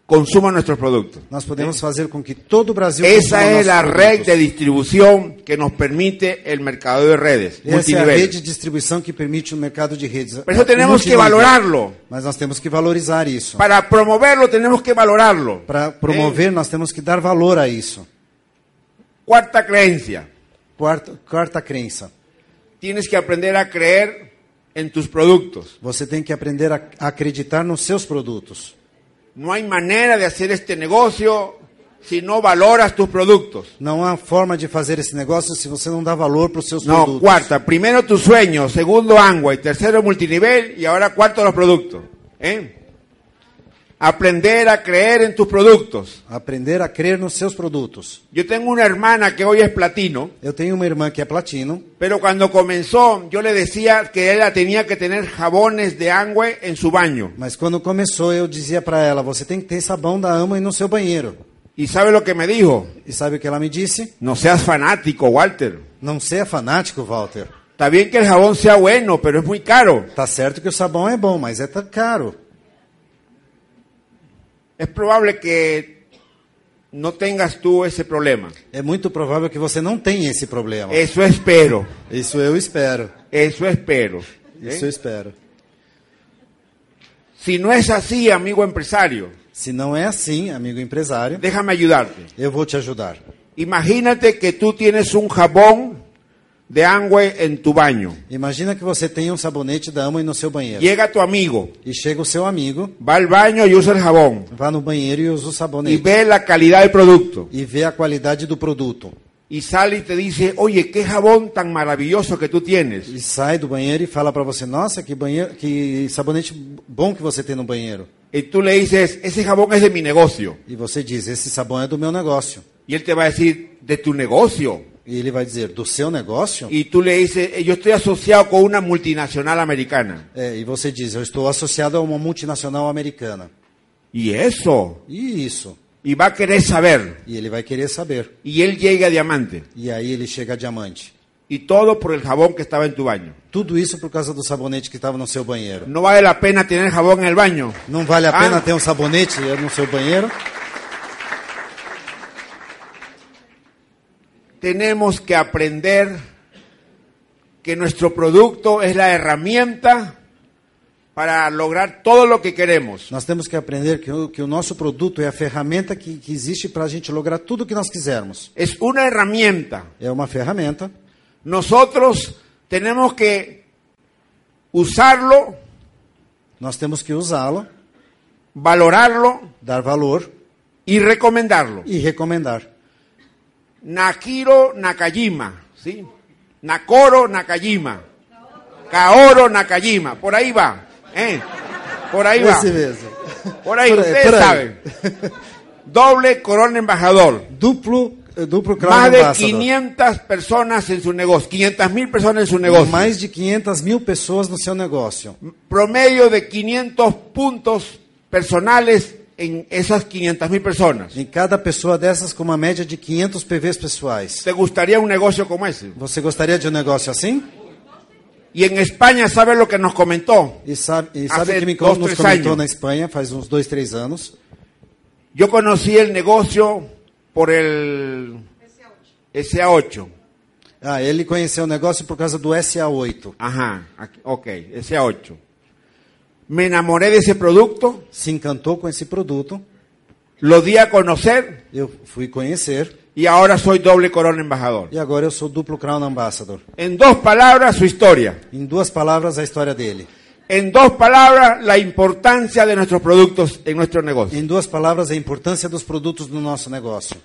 Speaker 3: consuma nuestros productos.
Speaker 4: nós podemos fazer com que todo o Brasil consuma
Speaker 3: Esa es É.
Speaker 4: nossos
Speaker 3: la red
Speaker 4: produtos.
Speaker 3: de distribución que nos permite el mercado de redes
Speaker 4: Essa é a rede de
Speaker 3: multinivel.
Speaker 4: distribuição que permite o mercado de redes.
Speaker 3: Por isso temos que
Speaker 4: multinível.
Speaker 3: valorarlo.
Speaker 4: Mas nós temos que valorizar isso.
Speaker 3: Para promoverlo tenemos que valorarlo. ¿Eh?
Speaker 4: Para promover, nós temos que dar valor a isso.
Speaker 3: Cuarta creencia,
Speaker 4: Quarta, quarta crença.
Speaker 3: tienes que aprender a creer en tus productos.
Speaker 4: Você tem que aprender a acreditar nos seus produtos.
Speaker 3: No hay manera de hacer este negocio si no valoras tus productos.
Speaker 4: Não há forma de fazer esse negócio se você não dá valor para os seus
Speaker 3: No,
Speaker 4: produtos.
Speaker 3: cuarta, primero tus sueños, segundo y tercero multinivel y ahora cuarto los productos. ¿eh? Aprender a creer en tus productos.
Speaker 4: Aprender a crer nos seus produtos.
Speaker 3: Yo tengo una hermana que hoy es platino,
Speaker 4: Eu tenho uma irmã que é platino.
Speaker 3: pero cuando comenzó yo le decía que ella tenía que tener jabones de Angüe en su baño.
Speaker 4: Mas quando começou, eu dizia para ela: você tem que ter sabão da ama no seu banheiro.
Speaker 3: ¿Y sabe lo que me dijo?
Speaker 4: E sabe o que ela me disse?
Speaker 3: No seas fanático, Walter.
Speaker 4: Não seja fanático, Walter.
Speaker 3: Está bien que el jabón sea bueno, pero es muy caro.
Speaker 4: Tá certo que o sabão é bom, mas é tão caro.
Speaker 3: Es probable que no tengas tú esse problema.
Speaker 4: É muito provável que você não tenha esse problema.
Speaker 3: Eso espero,
Speaker 4: Isso eu espero.
Speaker 3: eso espero. ¿eh?
Speaker 4: Isso eu espero.
Speaker 3: Si no es así, amigo empresario,
Speaker 4: Se não é assim, amigo empresário,
Speaker 3: déjame ayudarte.
Speaker 4: eu vou te ajudar.
Speaker 3: Imagínate que tú tienes un jabón de Angüe en tu baño.
Speaker 4: Imagina que você tem um sabonete da Amway no seu banheiro.
Speaker 3: Llega tu amigo,
Speaker 4: E chega o seu amigo,
Speaker 3: va al baño y usa el jabón
Speaker 4: vá no banheiro e usa o
Speaker 3: y
Speaker 4: sabonete.
Speaker 3: ve la calidad del producto
Speaker 4: E vê a qualidade do produto.
Speaker 3: y sale y te dice, oye, qué jabón tan maravilloso que tú tienes.
Speaker 4: E sai do banheiro e fala pra você, nossa, que, banheiro, que sabonete bom que você tem no banheiro.
Speaker 3: Y tú le dices, ese jabón es de mi negocio.
Speaker 4: E você diz, esse sabão é do meu negócio.
Speaker 3: Y él te va a decir, de tu negocio.
Speaker 4: E ele vai dizer, do seu negócio?
Speaker 3: Y tú le dices, "Eh, yo estoy associado con una multinacional americana.
Speaker 4: É, e você diz, eu estou associado a uma multinacional americana.
Speaker 3: Y eso.
Speaker 4: E isso?
Speaker 3: Y va a querer saber.
Speaker 4: E ele vai querer saber.
Speaker 3: Y él llega a diamante.
Speaker 4: E aí ele chega a diamante.
Speaker 3: Y todo por el jabón que estaba en tu baño.
Speaker 4: Tudo isso por causa do sabonete que estava no seu banheiro.
Speaker 3: No vale la pena tener jabón en el baño.
Speaker 4: Não vale a pena
Speaker 3: Ah.
Speaker 4: ter um sabonete no seu banheiro?
Speaker 3: tenemos que aprender que nuestro producto es la herramienta para lograr todo lo que queremos.
Speaker 4: Nós temos que aprender que o, que o nosso produto é a ferramenta que, que existe para a gente lograr tudo o que nós quisermos.
Speaker 3: Es una herramienta.
Speaker 4: É uma ferramenta.
Speaker 3: Nosotros tenemos que usarlo,
Speaker 4: Nós temos que usá-lo,
Speaker 3: valorarlo
Speaker 4: dar valor
Speaker 3: y recomendarlo.
Speaker 4: e recomendar.
Speaker 3: Nakiro Nakajima, ¿sí? Nakoro Nakajima. Kaoro Nakajima, por ahí va, ¿eh? Por ahí va.
Speaker 4: Esse mesmo.
Speaker 3: Por aí, vocês sabem. Doble corona embajador.
Speaker 4: Duplo, eh, duplo crown
Speaker 3: Más de
Speaker 4: ambassador.
Speaker 3: 500 personas en su negocio, 500 mil personas en su negocio.
Speaker 4: Mais de 500 mil pessoas no seu negócio.
Speaker 3: Promedio de 500 puntos personales en esas 500 mil personas.
Speaker 4: Em cada pessoa dessas, com uma média de 500 PVs pessoais.
Speaker 3: ¿Te gustaría un negocio como ese?
Speaker 4: Você gostaria de um negócio assim?
Speaker 3: Y en España, ¿sabes lo que nos comentó?
Speaker 4: E sabe, e sabe
Speaker 3: Hace
Speaker 4: que me
Speaker 3: dois,
Speaker 4: nos
Speaker 3: três
Speaker 4: comentou
Speaker 3: anos.
Speaker 4: na Espanha faz uns dois, três anos.
Speaker 3: Yo conocí el negocio por el SA8.
Speaker 4: Ah, ele conheceu o negócio por causa do SA8.
Speaker 3: Ajá, aquí- ok, SA8. Me enamoré de ese producto,
Speaker 4: Se encantou com esse produto.
Speaker 3: lo di a conocer.
Speaker 4: Eu fui conhecer
Speaker 3: y ahora soy doble corona embajador.
Speaker 4: e agora eu sou duplo Crown Ambassador.
Speaker 3: En dos palabras, su historia.
Speaker 4: Em duas palavras, a história dele.
Speaker 3: En dos palabras, la importancia de nuestros productos en nuestro negocio.
Speaker 4: Em duas palavras, a importância dos produtos no nosso negócio.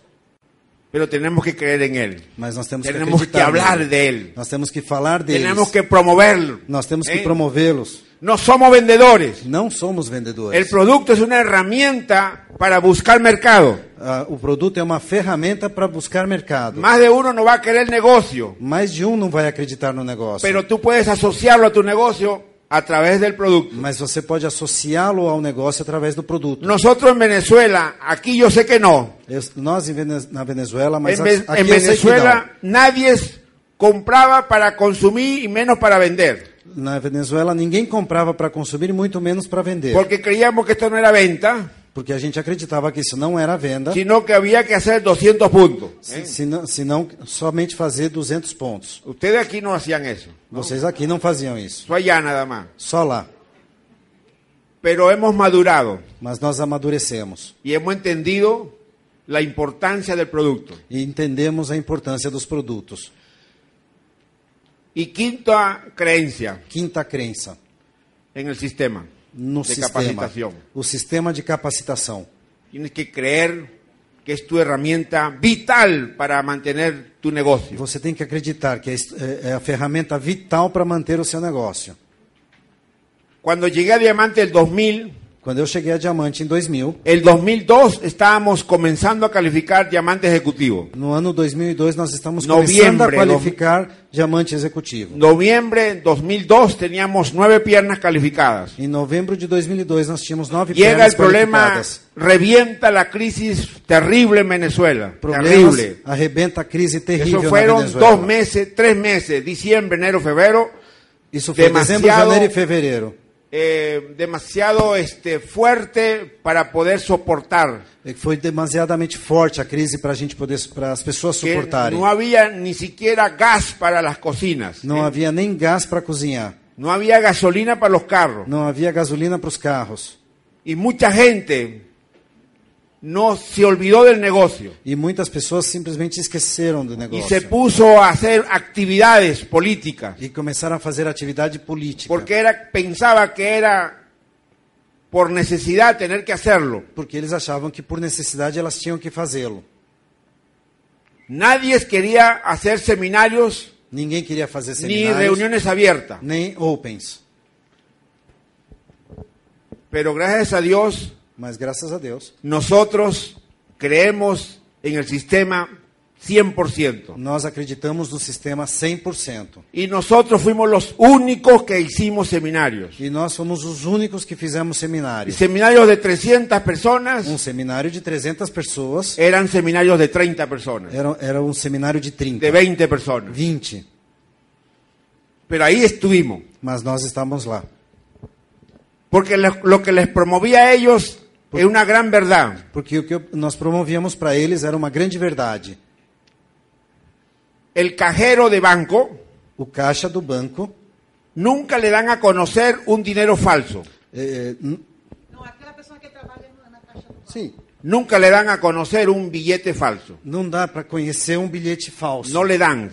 Speaker 3: Pero tenemos que creer en él.
Speaker 4: Mas nós temos
Speaker 3: Tenemos
Speaker 4: que
Speaker 3: que
Speaker 4: acreditar.
Speaker 3: hablar
Speaker 4: nele.
Speaker 3: de él.
Speaker 4: Nós temos que falar deles.
Speaker 3: Tenemos que promoverlo.
Speaker 4: Nós temos que
Speaker 3: ¿eh?
Speaker 4: promovê-los.
Speaker 3: No somos vendedores.
Speaker 4: Não somos
Speaker 3: El
Speaker 4: vendedores.
Speaker 3: producto es una herramienta para buscar mercado.
Speaker 4: Ah, o produto é uma ferramenta para buscar mercado.
Speaker 3: Más de uno no va a querer negocio,
Speaker 4: Mais de um não vai acreditar no negócio.
Speaker 3: pero tú puedes asociarlo a tu negocio a través del producto.
Speaker 4: Mas você pode associá-lo ao negócio através do produto.
Speaker 3: Nosotros en Venezuela, aquí yo sé que no,
Speaker 4: Eu- nós em Vene- na Venezuela, mas
Speaker 3: en,
Speaker 4: a-
Speaker 3: Ve-
Speaker 4: aqui
Speaker 3: en
Speaker 4: eu sei que
Speaker 3: Venezuela nadie s- compraba para consumir y menos para vender.
Speaker 4: não. Na Venezuela ninguém comprava para consumir, muito menos para vender.
Speaker 3: Porque creíamos que esto no era venda,
Speaker 4: Porque a gente acreditava que isso não era venda,
Speaker 3: sino que había que hacer 200 puntos.
Speaker 4: se, se não, se não somente fazer 200 pontos.
Speaker 3: Ustedes aquí no hacían eso,
Speaker 4: Vocês aqui não faziam isso.
Speaker 3: eso allá nada más.
Speaker 4: Só lá.
Speaker 3: Pero hemos madurado
Speaker 4: Mas nós amadurecemos
Speaker 3: y hemos entendido la importancia del producto.
Speaker 4: e entendemos a importância dos produtos.
Speaker 3: Y quinta creencia
Speaker 4: Quinta crença
Speaker 3: en el sistema
Speaker 4: no
Speaker 3: de
Speaker 4: sistema.
Speaker 3: capacitación.
Speaker 4: O sistema de capacitação.
Speaker 3: Tienes que creer que es tu herramienta vital para mantener tu negocio.
Speaker 4: Você tem que acreditar que é est- é é a ferramenta vital para manter o seu negócio.
Speaker 3: Cuando llegué a Diamante el 2000,
Speaker 4: Quando eu cheguei a Diamante em 2000,
Speaker 3: El 2002 estábamos comenzando a calificar diamante ejecutivo.
Speaker 4: no ano 2002 nós estamos começando a
Speaker 3: Noviembre,
Speaker 4: qualificar Diamante Executivo.
Speaker 3: Noviembre 2002 teníamos nueve piernas calificadas.
Speaker 4: Em novembro de 2002 nós tínhamos nove
Speaker 3: Llega
Speaker 4: pernas
Speaker 3: el problema,
Speaker 4: qualificadas.
Speaker 3: revienta la crisis terrible en Venezuela.
Speaker 4: Problemas,
Speaker 3: Terrible.
Speaker 4: arrebenta a crise terrível
Speaker 3: Eso
Speaker 4: na
Speaker 3: fueron
Speaker 4: Venezuela.
Speaker 3: dos meses, tres meses, diciembre, enero, febrero.
Speaker 4: Isso foi dezembro,
Speaker 3: demasiado-
Speaker 4: janeiro e fevereiro.
Speaker 3: eh, demasiado este, fuerte para poder soportar.
Speaker 4: É que Foi demasiadamente forte a crise para a gente poder para as pessoas
Speaker 3: Que
Speaker 4: suportarem.
Speaker 3: no había ni siquiera gas para las cocinas.
Speaker 4: Não havia nem gás para cozinhar.
Speaker 3: No había gasolina para los carros.
Speaker 4: Não havia gasolina para os carros.
Speaker 3: Y mucha gente no se olvidó del negocio
Speaker 4: E muitas pessoas simplesmente esqueceram do
Speaker 3: y
Speaker 4: negócio.
Speaker 3: se é puso a hacer actividades políticas
Speaker 4: E começaram a fazer atividade política.
Speaker 3: porque era, pensaba que era por necesidad tener que hacerlo.
Speaker 4: Porque eles achavam que por necessidade elas tinham que fazê-lo.
Speaker 3: Nadie quería hacer seminarios
Speaker 4: Ninguém queria fazer
Speaker 3: ni
Speaker 4: seminários,
Speaker 3: reuniones abiertas,
Speaker 4: nem opens.
Speaker 3: pero gracias a Dios
Speaker 4: Mas graças a Deus,
Speaker 3: nosotros creemos en el sistema 100%.
Speaker 4: nós acreditamos no sistema 100%.
Speaker 3: Y nosotros fuimos los únicos que hicimos seminarios.
Speaker 4: E nós fomos os únicos que fizemos
Speaker 3: Y
Speaker 4: seminário.
Speaker 3: seminarios de 300 personas.
Speaker 4: Um seminário de 300 pessoas,
Speaker 3: eran seminarios de 30 personas,
Speaker 4: era, era um seminário de 30,
Speaker 3: de 20 personas.
Speaker 4: 20,
Speaker 3: Pero ahí estuvimos,
Speaker 4: mas nós estávamos lá.
Speaker 3: porque lo, lo que les promovía a ellos es una gran verdad.
Speaker 4: Porque o que eu- nós promovíamos para eles era uma grande verdade.
Speaker 3: El cajero de banco
Speaker 4: O caixa do banco
Speaker 3: nunca le dan a conocer un dinero falso.
Speaker 4: Eh, n-
Speaker 5: Não, aquela pessoa que trabalha na na caixa do banco.
Speaker 4: sim,
Speaker 3: Nunca le dan a conocer un billete falso.
Speaker 4: não dá para conhecer um bilhete falso.
Speaker 3: No le dan.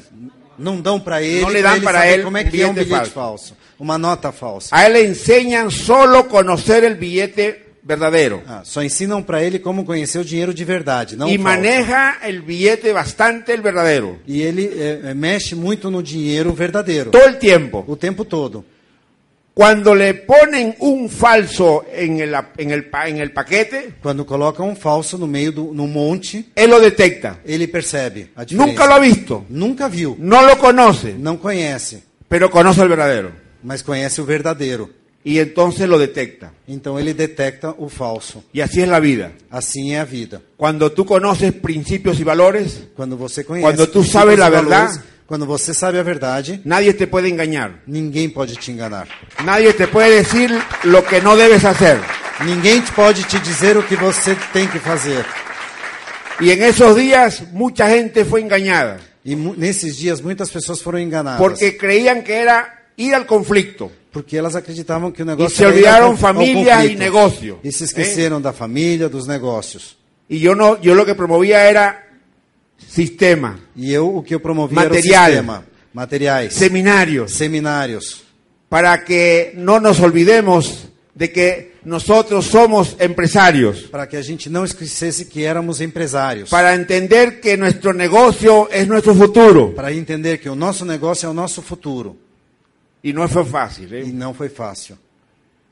Speaker 4: Não dão para ele,
Speaker 3: Não lhe dão
Speaker 4: ele
Speaker 3: para
Speaker 4: saber
Speaker 3: ele
Speaker 4: como é que é um
Speaker 3: bilhete
Speaker 4: bilhete falso. uma nota falsa.
Speaker 3: A él le enseñan solo conocer el billete verdadero.
Speaker 4: Ah, só ensinam para ele como conhecer o dinheiro de verdade, não
Speaker 3: y
Speaker 4: falso.
Speaker 3: maneja el billete bastante el verdadero.
Speaker 4: E ele eh, eh, mexe muito no dinheiro verdadeiro,
Speaker 3: Todo el tiempo.
Speaker 4: o tempo todo.
Speaker 3: Cuando le ponen un falso en el, en el, pa- en el paquete,
Speaker 4: Quando coloca um falso no meio do no monte,
Speaker 3: él lo detecta.
Speaker 4: ele percebe a diferença.
Speaker 3: Nunca lo ha visto.
Speaker 4: Nunca viu,
Speaker 3: No lo conoce,
Speaker 4: não conhece,
Speaker 3: pero conoce el verdadero.
Speaker 4: mas conhece o verdadeiro.
Speaker 3: Y entonces lo detecta.
Speaker 4: Então ele detecta o falso.
Speaker 3: Y así es la vida.
Speaker 4: Assim é a vida.
Speaker 3: Cuando tú conoces principios y valores,
Speaker 4: Quando você conhece,
Speaker 3: Quando tu
Speaker 4: os
Speaker 3: sabe
Speaker 4: princípios
Speaker 3: a
Speaker 4: e valores,
Speaker 3: verdade-
Speaker 4: quando você sabe a verdade,
Speaker 3: nadie te puede engañar.
Speaker 4: ninguém pode te enganar.
Speaker 3: Nadie te puede decir lo que no debes hacer.
Speaker 4: Ninguém te pode te dizer o que você tem que fazer.
Speaker 3: Y en esos días mucha gente fue engañada
Speaker 4: E mu- nesses dias muitas pessoas foram enganadas.
Speaker 3: porque creían que era ir al conflicto.
Speaker 4: Porque elas acreditavam que
Speaker 3: E
Speaker 4: o negócio
Speaker 3: se
Speaker 4: era ir
Speaker 3: olvidaram
Speaker 4: ao conf- ao
Speaker 3: família
Speaker 4: conflito.
Speaker 3: e negócio.
Speaker 4: E se esqueceram da família, dos negócios.
Speaker 3: Y yo no, yo lo que promovía era sistema,
Speaker 4: E eu, o que eu promovia
Speaker 3: Material.
Speaker 4: era o sistema. Materiais.
Speaker 3: seminarios,
Speaker 4: Seminários.
Speaker 3: para que no nos olvidemos de que nosotros somos empresarios,
Speaker 4: Para que a gente não esquecesse que éramos empresários.
Speaker 3: para entender que nuestro negocio es nuestro futuro.
Speaker 4: Para entender que o nosso negócio é o nosso futuro.
Speaker 3: Y no fue fácil. ¿eh?
Speaker 4: E não foi fácil.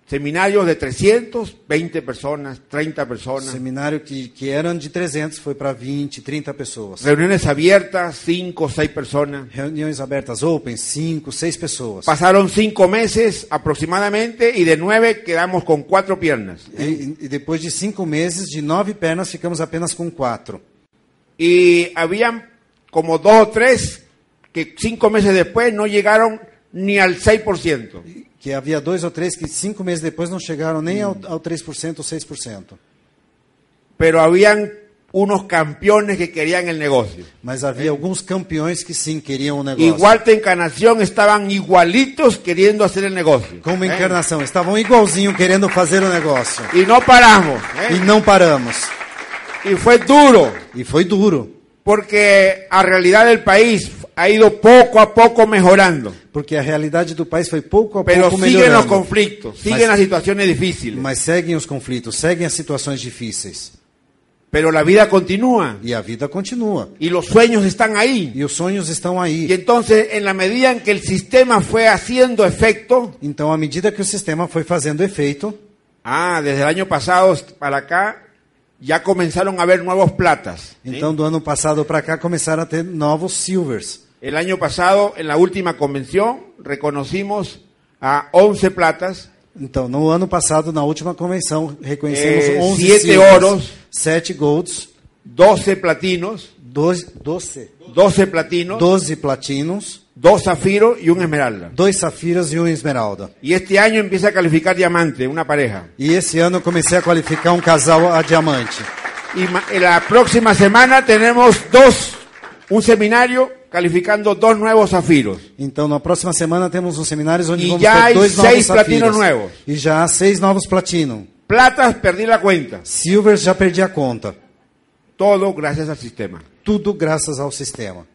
Speaker 3: Seminarios de 320 personas, 30 personas,
Speaker 4: Seminário que, que eram de 300 foi para 20, 30 pessoas.
Speaker 3: reuniones abiertas, 5 o 6 personas.
Speaker 4: Reuniões abertas open, 5, 6 pessoas.
Speaker 3: Pasaron 5 meses aproximadamente y de 9 quedamos con 4 piernas.
Speaker 4: E, e depois de cinco meses, de nove pernas, ficamos apenas com quatro.
Speaker 3: Y habían como dos o tres que cinco meses después no llegaron ni al 6%.
Speaker 4: Que havia dois ou três que cinco meses depois não chegaram nem ao, ao 3% ou 6%.
Speaker 3: Pero habían unos campeones que querían el negocio.
Speaker 4: Mas
Speaker 3: É.
Speaker 4: havia alguns campeões que sim queriam o negócio.
Speaker 3: Igual de encarnación estaban igualitos queriendo hacer el negocio.
Speaker 4: Como
Speaker 3: ¿eh?
Speaker 4: encarnação, estavam igualzinho querendo fazer o negócio.
Speaker 3: Y no paramos.
Speaker 4: E
Speaker 3: ¿eh?
Speaker 4: não paramos.
Speaker 3: Y fue duro.
Speaker 4: E foi duro,
Speaker 3: Porque a realidad del país ha ido poco a poco mejorando.
Speaker 4: porque a realidade do país foi pouco a
Speaker 3: Pero
Speaker 4: pouco
Speaker 3: siguen los
Speaker 4: melhorando.
Speaker 3: conflictos, siguen
Speaker 4: Mas-
Speaker 3: las situaciones difíciles.
Speaker 4: Mas seguem os conflitos, seguem as situações difíceis.
Speaker 3: Pero la vida continúa.
Speaker 4: E a vida continua.
Speaker 3: Y los sueños están ahí.
Speaker 4: E os sonhos estão
Speaker 3: Y
Speaker 4: aí.
Speaker 3: entonces, en la medida en que el sistema fue haciendo efecto,
Speaker 4: Então, à medida que o sistema foi fazendo efeito,
Speaker 3: ah, desde el año pasado para acá, ya comenzaron a haber nuevos platas. ¿sí?
Speaker 4: Então, do ano passado para cá, começaram a ter novos silvers.
Speaker 3: El año pasado, en la última convención, reconocimos a 11 platas,
Speaker 4: Então, no ano passado, na última convenção, reconhecemos
Speaker 3: Eh,
Speaker 4: 11
Speaker 3: siete
Speaker 4: silvers,
Speaker 3: ouros.
Speaker 4: 7 golds,
Speaker 3: 12 platinos,
Speaker 4: 12, 12,
Speaker 3: 12 platinos,
Speaker 4: 12 platinos,
Speaker 3: 2 zafiros y un esmeralda.
Speaker 4: 2 safiras e 1 esmeralda.
Speaker 3: Y este año empieza a calificar diamante, una pareja.
Speaker 4: E esse ano eu comecei a qualificar um casal a diamante.
Speaker 3: Y ma- en la próxima semana tenemos dos, un seminario calificando dos nuevos zafiros.
Speaker 4: Então, na próxima semana temos uns seminários onde
Speaker 3: E
Speaker 4: vamos
Speaker 3: já
Speaker 4: ter
Speaker 3: há
Speaker 4: dois novos
Speaker 3: seis platinos é,
Speaker 4: safiras.
Speaker 3: novos.
Speaker 4: E já há seis novos platino.
Speaker 3: Platas, perdí la cuenta.
Speaker 4: Silvers já perdi a conta.
Speaker 3: Todo gracias al sistema.
Speaker 4: Tudo graças ao sistema.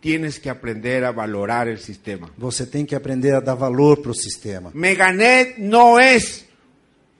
Speaker 3: Tienes que aprender a valorar el sistema.
Speaker 4: Você tem que aprender a dar valor para o sistema.
Speaker 3: Meganet no es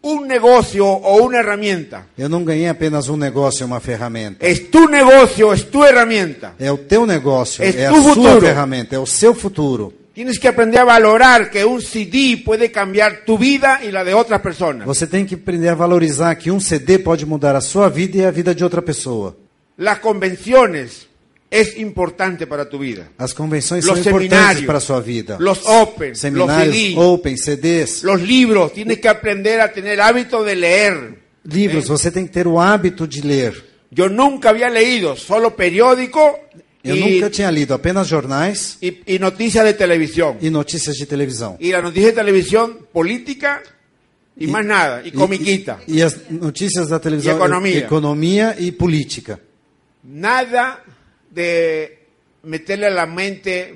Speaker 3: un negocio o una herramienta.
Speaker 4: Eu não ganhei apenas um negócio e uma ferramenta.
Speaker 3: Es tu negocio, es tu herramienta.
Speaker 4: É o teu negócio,
Speaker 3: É
Speaker 4: é, a
Speaker 3: tu
Speaker 4: sua
Speaker 3: futuro.
Speaker 4: ferramenta, é o seu futuro.
Speaker 3: Tienes que aprender a valorar que un CD puede cambiar tu vida y la de otras personas.
Speaker 4: Você tem que aprender a valorizar que um CD pode mudar a sua vida e a vida de outra pessoa.
Speaker 3: Las convenciones es importante para tu vida.
Speaker 4: As convenções
Speaker 3: Los
Speaker 4: são importantes
Speaker 3: seminarios,
Speaker 4: para a sua vida.
Speaker 3: los open, los
Speaker 4: seminários,
Speaker 3: CD.
Speaker 4: open, CDs,
Speaker 3: Los libros, tienes que aprender a tener hábito de leer.
Speaker 4: livros. Você tem que ter o hábito de ler.
Speaker 3: Yo nunca había leído, solo periódico
Speaker 4: Eu
Speaker 3: y,
Speaker 4: nunca tinha lido, apenas jornais
Speaker 3: y- y noticias de televisión.
Speaker 4: e notícias de televisão.
Speaker 3: Y la noticia de televisión, política y, más nada, y comiquita.
Speaker 4: E, e as notícias da televisão,
Speaker 3: E economia.
Speaker 4: economia e política.
Speaker 3: nada de meterle a la mente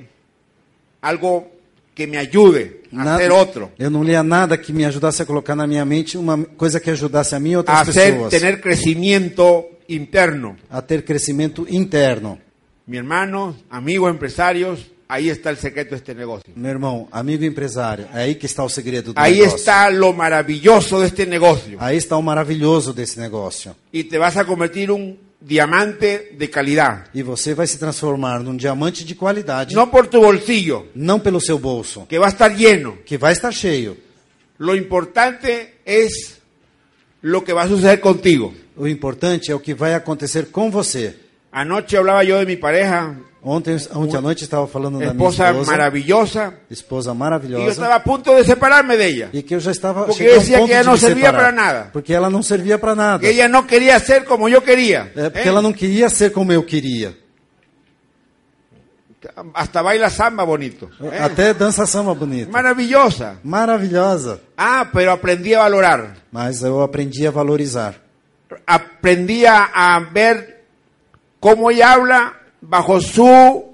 Speaker 3: algo que me ayude a hacer otro,
Speaker 4: Eu não lia nada que me ajudasse a colocar na minha mente uma coisa que ajudasse a mim e
Speaker 3: a
Speaker 4: outras
Speaker 3: hacer,
Speaker 4: pessoas
Speaker 3: tener crecimiento interno.
Speaker 4: a ter crescimento interno.
Speaker 3: Mi hermano, amigos, empresarios, ahí está el secreto de este negocio.
Speaker 4: Meu irmão, amigo empresário, é aí que está o segredo do
Speaker 3: Ahí
Speaker 4: negócio.
Speaker 3: está lo maravilloso de este negocio.
Speaker 4: Aí está o maravilhoso desse negócio.
Speaker 3: Y te vas a convertir un diamante de calidad.
Speaker 4: E você vai se transformar num diamante de qualidade,
Speaker 3: No por tu bolsillo,
Speaker 4: não pelo seu bolso,
Speaker 3: que va a estar lleno.
Speaker 4: que vai estar cheio.
Speaker 3: Lo importante es lo que va a suceder contigo.
Speaker 4: O importante é o que vai acontecer com você.
Speaker 3: Anoche hablaba yo de mi pareja,
Speaker 4: Ontem, ontem à noite estava falando da minha
Speaker 3: esposa
Speaker 4: esposa,
Speaker 3: maravillosa,
Speaker 4: esposa
Speaker 3: y yo
Speaker 4: maravilhosa,
Speaker 3: estava a punto de separarme de ella.
Speaker 4: e que eu já estava
Speaker 3: Porque
Speaker 4: cheguei ao
Speaker 3: dizia
Speaker 4: ponto
Speaker 3: que ela
Speaker 4: de
Speaker 3: não
Speaker 4: me
Speaker 3: servia
Speaker 4: separar,
Speaker 3: para nada.
Speaker 4: Porque ela não servia para nada.
Speaker 3: Que ella no quería ser como yo quería.
Speaker 4: É
Speaker 3: ¿eh?
Speaker 4: porque ela não queria ser como eu queria.
Speaker 3: Hasta baila samba bonito. ¿eh?
Speaker 4: Até dança samba bonita.
Speaker 3: Maravillosa.
Speaker 4: Maravilhosa.
Speaker 3: Ah, pero aprendí a valorar.
Speaker 4: Mas eu aprendi a valorizar.
Speaker 3: Aprendí a, a ver cómo ella habla bajo su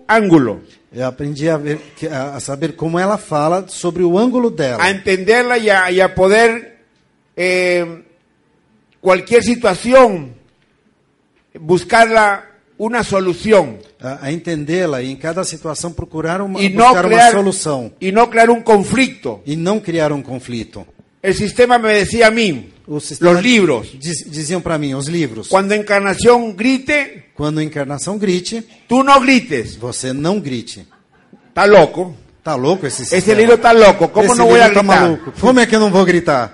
Speaker 3: ângulo.
Speaker 4: Eu aprendi a, ver, que- a a saber como ela fala sobre o ângulo dela.
Speaker 3: A entenderla y a, y a poder eh, cualquier situación buscarla una solución
Speaker 4: A, a entendê-la e em cada situação procurar uma,
Speaker 3: y no
Speaker 4: buscar uma
Speaker 3: crear
Speaker 4: solução.
Speaker 3: y no crear un conflicto.
Speaker 4: E não criar um conflito.
Speaker 3: El sistema me decía a mí,
Speaker 4: O sistema-
Speaker 3: los libros,
Speaker 4: Diz- diziam para mí, os livros.
Speaker 3: cuando Encarnación grite,
Speaker 4: Quando a encarnação grite,
Speaker 3: tú no grites.
Speaker 4: você não grite.
Speaker 3: Está loco.
Speaker 4: Tá louco esse sistema?
Speaker 3: Esse livro está loco. ¿Cómo
Speaker 4: Esse
Speaker 3: no voy a
Speaker 4: livro tá
Speaker 3: gritar?
Speaker 4: maluco. Como é que eu não vou gritar?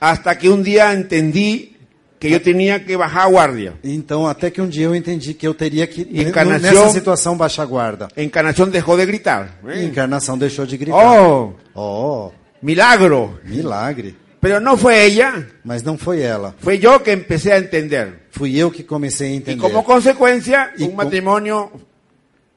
Speaker 3: Hasta que un día entendí que yo tenía que bajar guardia.
Speaker 4: Então, até que um dia eu entendi que eu teria que, n-
Speaker 3: Encarnação-
Speaker 4: nessa situação, baixar a guarda.
Speaker 3: Encarnación dejó de gritar.
Speaker 4: E a encarnação deixou de gritar.
Speaker 3: Oh,
Speaker 4: Oh,
Speaker 3: milagro.
Speaker 4: milagre.
Speaker 3: Pero no fue ella,
Speaker 4: Mas não foi ela.
Speaker 3: fue yo que empecé a entender.
Speaker 4: Fui eu que comecei a
Speaker 3: Y
Speaker 4: entender.
Speaker 3: como consecuencia,
Speaker 4: Y
Speaker 3: un
Speaker 4: co-
Speaker 3: matrimonio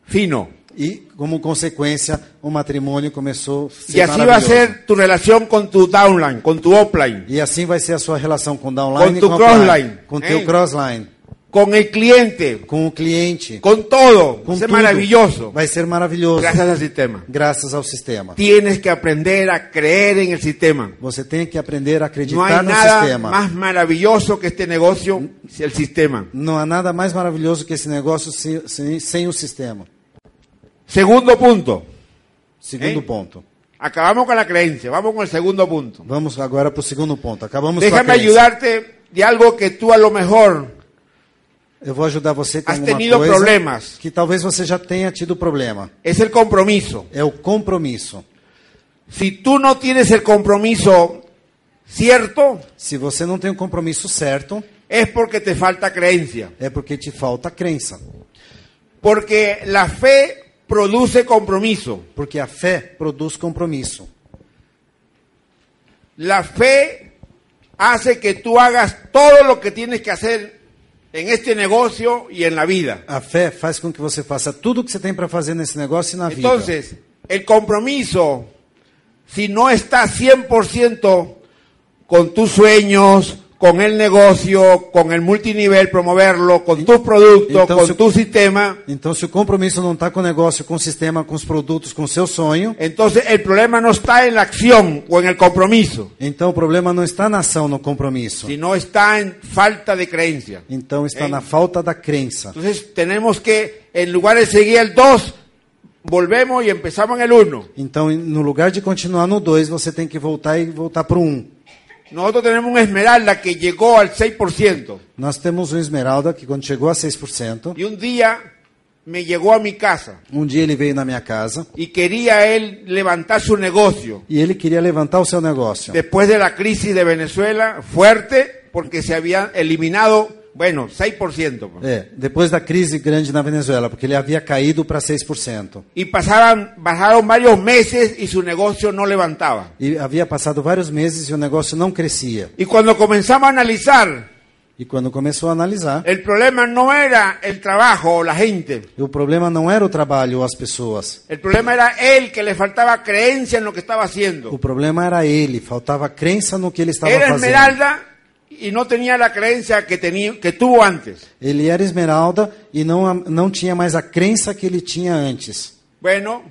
Speaker 3: fino.
Speaker 4: E, como consequência, o matrimônio começou a ser
Speaker 3: Y así va a
Speaker 4: maravilhoso.
Speaker 3: assim ser tu relación con tu downline, con tu offline,
Speaker 4: E assim vai ser a sua relação com o
Speaker 3: Com
Speaker 4: downline
Speaker 3: tu
Speaker 4: e com a offline.
Speaker 3: crossline,
Speaker 4: Com o
Speaker 3: hein?
Speaker 4: teu crossline.
Speaker 3: con el cliente,
Speaker 4: Com o cliente.
Speaker 3: con todo.
Speaker 4: Com
Speaker 3: Es
Speaker 4: tudo.
Speaker 3: maravilloso.
Speaker 4: Vai ser maravilhoso.
Speaker 3: Gracias al sistema.
Speaker 4: graças ao sistema.
Speaker 3: Tienes que aprender a creer en el sistema.
Speaker 4: Você tem que aprender a
Speaker 3: No hay
Speaker 4: acreditar no
Speaker 3: nada
Speaker 4: sistema. Mm.
Speaker 3: más maravilloso que este negocio, si el sistema.
Speaker 4: Não há nada mais maravilhoso que esse negócio se- sem, sem o sistema.
Speaker 3: Segundo punto.
Speaker 4: Segundo
Speaker 3: Hein?
Speaker 4: ponto.
Speaker 3: Acabamos con la creencia, vamos con el segundo punto.
Speaker 4: Vamos agora para o segundo ponto. Acabamos com a
Speaker 3: Déjame
Speaker 4: crença.
Speaker 3: ayudarte de algo que tú a lo mejor
Speaker 4: Eu vou ajudar você com
Speaker 3: Has
Speaker 4: alguma
Speaker 3: tenido
Speaker 4: coisa
Speaker 3: problemas.
Speaker 4: que talvez você já tenha tido problema.
Speaker 3: es el compromiso.
Speaker 4: É o compromisso.
Speaker 3: Si tú no tienes el compromiso cierto,
Speaker 4: Se você não tem o compromisso certo,
Speaker 3: es porque te falta creencia.
Speaker 4: é porque te falta crença.
Speaker 3: Porque la fe produce compromiso.
Speaker 4: Porque a fé produz compromisso.
Speaker 3: La fe hace que tú hagas todo lo que tienes que hacer en este negocio y en la vida.
Speaker 4: A fé faz com que você faça tudo o que você tem para fazer nesse negócio e na vida.
Speaker 3: Entonces, el compromiso, si no está 100% con tus sueños, con el negocio, con el multinivel, promoverlo, con tus productos,
Speaker 4: Entonces-
Speaker 3: con tu sistema,
Speaker 4: Então, se o compromisso não está com o negócio, com o sistema, com os produtos, com o seu sonho,
Speaker 3: entonces el problema no está en la acción o en el compromiso,
Speaker 4: então o problema não está na ação, no compromisso.
Speaker 3: sino está en falta de creencia.
Speaker 4: Então está
Speaker 3: Hein?
Speaker 4: na falta da crença.
Speaker 3: Entonces tenemos que, en lugar de seguir el 2, volvemos y empezamos en el 1.
Speaker 4: Então, em- no lugar de continuar no 2, você tem que voltar e voltar para o 1. Um.
Speaker 3: Nosotros tenemos una esmeralda que llegó al 6%.
Speaker 4: Nós temos um esmeralda que quando chegou a 6%,
Speaker 3: Y un día me llegó a mi casa
Speaker 4: um dia ele veio na minha casa
Speaker 3: y quería él levantar su negocio.
Speaker 4: e ele queria levantar o seu negócio.
Speaker 3: Después de la crisis de Venezuela, fuerte, porque se había eliminado, bueno, 6%. pues.
Speaker 4: É, depois da crise grande na Venezuela, porque ele havia caído para 6%.
Speaker 3: Y pasaban, bajaron varios meses y su negocio no levantaba.
Speaker 4: E havia passado vários meses e o negócio não crescia.
Speaker 3: Y cuando comenzamos a analizar,
Speaker 4: E quando começou a analisar,
Speaker 3: el problema no era el trabajo o la gente.
Speaker 4: o problema não era o trabalho ou as pessoas.
Speaker 3: El problema era él que le faltaba creencia en lo que estaba
Speaker 4: O
Speaker 3: haciendo.
Speaker 4: problema era ele, faltava crença no que ele estava
Speaker 3: Era
Speaker 4: fazendo.
Speaker 3: esmeralda y no tenía la creencia que, tenía, que tuvo antes.
Speaker 4: Ele era esmeralda e não, não tinha mais a crença que ele tinha antes.
Speaker 3: Bueno,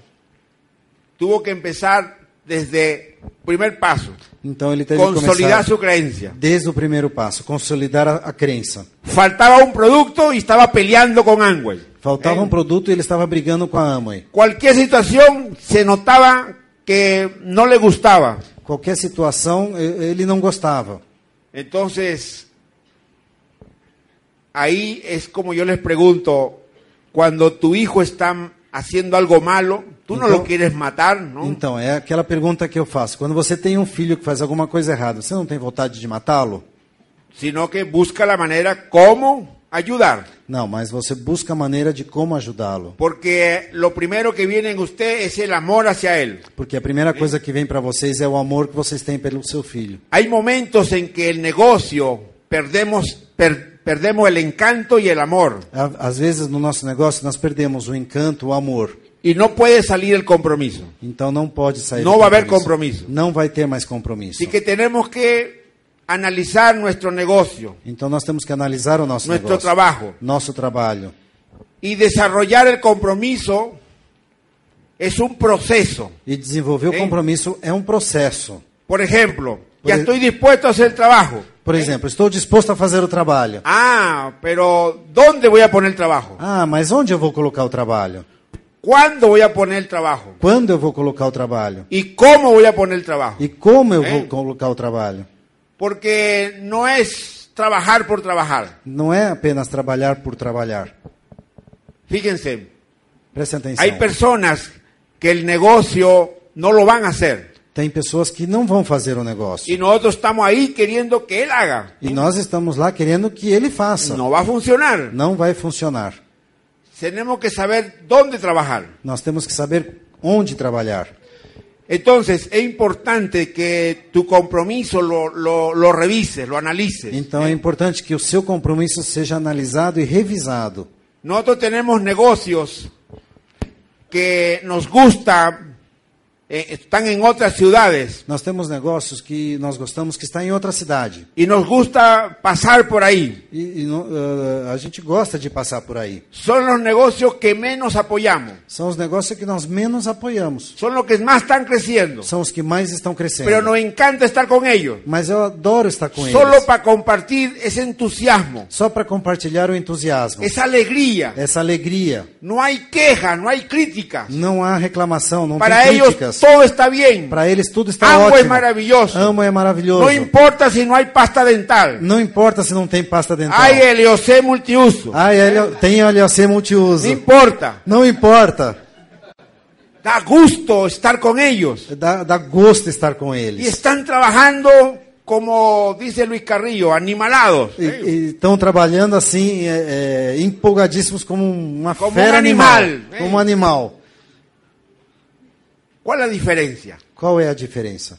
Speaker 3: tuvo que empezar desde primer paso,
Speaker 4: Então ele teve que
Speaker 3: consolidar
Speaker 4: começar
Speaker 3: su creencia.
Speaker 4: desde o primeiro passo, consolidar a, a crença.
Speaker 3: Faltaba un producto y estaba peleando con Amway.
Speaker 4: Faltava
Speaker 3: Eh,
Speaker 4: um produto e ele estava brigando com a Amway.
Speaker 3: Cualquier situación se notaba que no le gustaba.
Speaker 4: Qualquer situação e- ele não gostava.
Speaker 3: Entonces, ahí es como yo les pregunto, cuando tu hijo está haciendo algo malo, tú no
Speaker 4: Então-
Speaker 3: lo quieres matar, ¿no?
Speaker 4: Então, é aquela pergunta que eu faço. Quando você tem um filho que faz alguma coisa errada, você não tem vontade de matá-lo?
Speaker 3: sino que busca la manera cómo ayudar.
Speaker 4: Não, mas você busca a maneira de como ajudá-lo.
Speaker 3: Porque lo primero que viene en usted es el amor hacia él.
Speaker 4: Porque a primeira coisa que vem para vocês é o amor que vocês têm pelo seu filho.
Speaker 3: Hay momentos en que el negocio perdemos, per- perdemos el encanto y el amor.
Speaker 4: Á- Às vezes no nosso negócio nós perdemos o encanto, o amor.
Speaker 3: Y no puede salir el compromiso.
Speaker 4: Então não pode sair.
Speaker 3: Não
Speaker 4: do
Speaker 3: vai haver compromisso.
Speaker 4: Não vai ter mais compromisso.
Speaker 3: Así que tenemos que analizar nuestro negocio,
Speaker 4: Então nós temos que analisar o nosso
Speaker 3: nuestro
Speaker 4: negócio,
Speaker 3: trabajo.
Speaker 4: nosso trabalho.
Speaker 3: Y desarrollar el compromiso es un proceso.
Speaker 4: E desenvolver
Speaker 3: Hein?
Speaker 4: o compromisso é um processo.
Speaker 3: Por ejemplo,
Speaker 4: Por
Speaker 3: ya
Speaker 4: e-
Speaker 3: estoy dispuesto a hacer el trabajo.
Speaker 4: Por exemplo, estou disposto a fazer o trabalho.
Speaker 3: Ah, pero ¿dónde voy a poner el trabajo?
Speaker 4: Ah, mas onde eu vou colocar o trabalho?
Speaker 3: ¿Cuándo voy a poner el trabajo?
Speaker 4: Quando eu vou colocar o trabalho?
Speaker 3: ¿Y cómo voy a poner el trabajo?
Speaker 4: E como eu
Speaker 3: Hein?
Speaker 4: vou colocar o trabalho?
Speaker 3: Porque no es trabajar por trabajar.
Speaker 4: Não é apenas trabalhar por trabalhar.
Speaker 3: Fíjense,
Speaker 4: Presta atenção.
Speaker 3: hay personas que el negocio no lo van a hacer.
Speaker 4: Tem pessoas que não vão fazer o negócio.
Speaker 3: Y nosotros estamos ahí queriendo que él haga.
Speaker 4: E nós estamos lá querendo que ele faça.
Speaker 3: No va a funcionar.
Speaker 4: Não vai funcionar.
Speaker 3: Tenemos que saber dónde trabajar.
Speaker 4: Nós temos que saber onde trabalhar.
Speaker 3: Entonces, es importante que tu compromiso lo, lo, lo revises, lo analices.
Speaker 4: Então é importante que o seu compromisso seja analisado e revisado.
Speaker 3: Nosotros tenemos negocios que nos gusta, eh, están en otras ciudades
Speaker 4: Nós temos negócios que nós gostamos que está em outra cidade.
Speaker 3: y nos gusta pasar por ahí.
Speaker 4: E, e não- eh, a gente gosta de passar por aí.
Speaker 3: Son los negocios que menos apoyamos,
Speaker 4: São os negócios que nós menos apoiamos.
Speaker 3: son los que más están creciendo,
Speaker 4: São os que mais estão crescendo.
Speaker 3: pero nos encanta estar con ellos,
Speaker 4: Mas eu adoro estar com
Speaker 3: solo
Speaker 4: eles.
Speaker 3: para compartir ese entusiasmo,
Speaker 4: Só para compartilhar o entusiasmo.
Speaker 3: esa alegría.
Speaker 4: Essa alegria.
Speaker 3: No hay queja, no hay críticas.
Speaker 4: Não há reclamação, não
Speaker 3: Para
Speaker 4: tem
Speaker 3: ellos
Speaker 4: críticas.
Speaker 3: todo está bien.
Speaker 4: Para eles tudo está
Speaker 3: Amo é
Speaker 4: ótimo.
Speaker 3: maravilhoso.
Speaker 4: Amo é maravilhoso.
Speaker 3: No importa si no hay pasta dental.
Speaker 4: Não importa se não tem pasta dental.
Speaker 3: Hay LOC multiuso.
Speaker 4: Ah, helio- tem LOC multiuso.
Speaker 3: No importa.
Speaker 4: Não importa.
Speaker 3: Da gusto estar con ellos.
Speaker 4: Dá, dá gosto estar com
Speaker 3: Y
Speaker 4: eles.
Speaker 3: están trabajando, como dice Luis Carrillo, animalados.
Speaker 4: E estão trabalhando assim, é, é, empolgadíssimos como uma
Speaker 3: Como
Speaker 4: fera
Speaker 3: um
Speaker 4: animal.
Speaker 3: animal, hein?
Speaker 4: Como um animal.
Speaker 3: ¿Cuál es la diferencia?
Speaker 4: Qual é a diferença?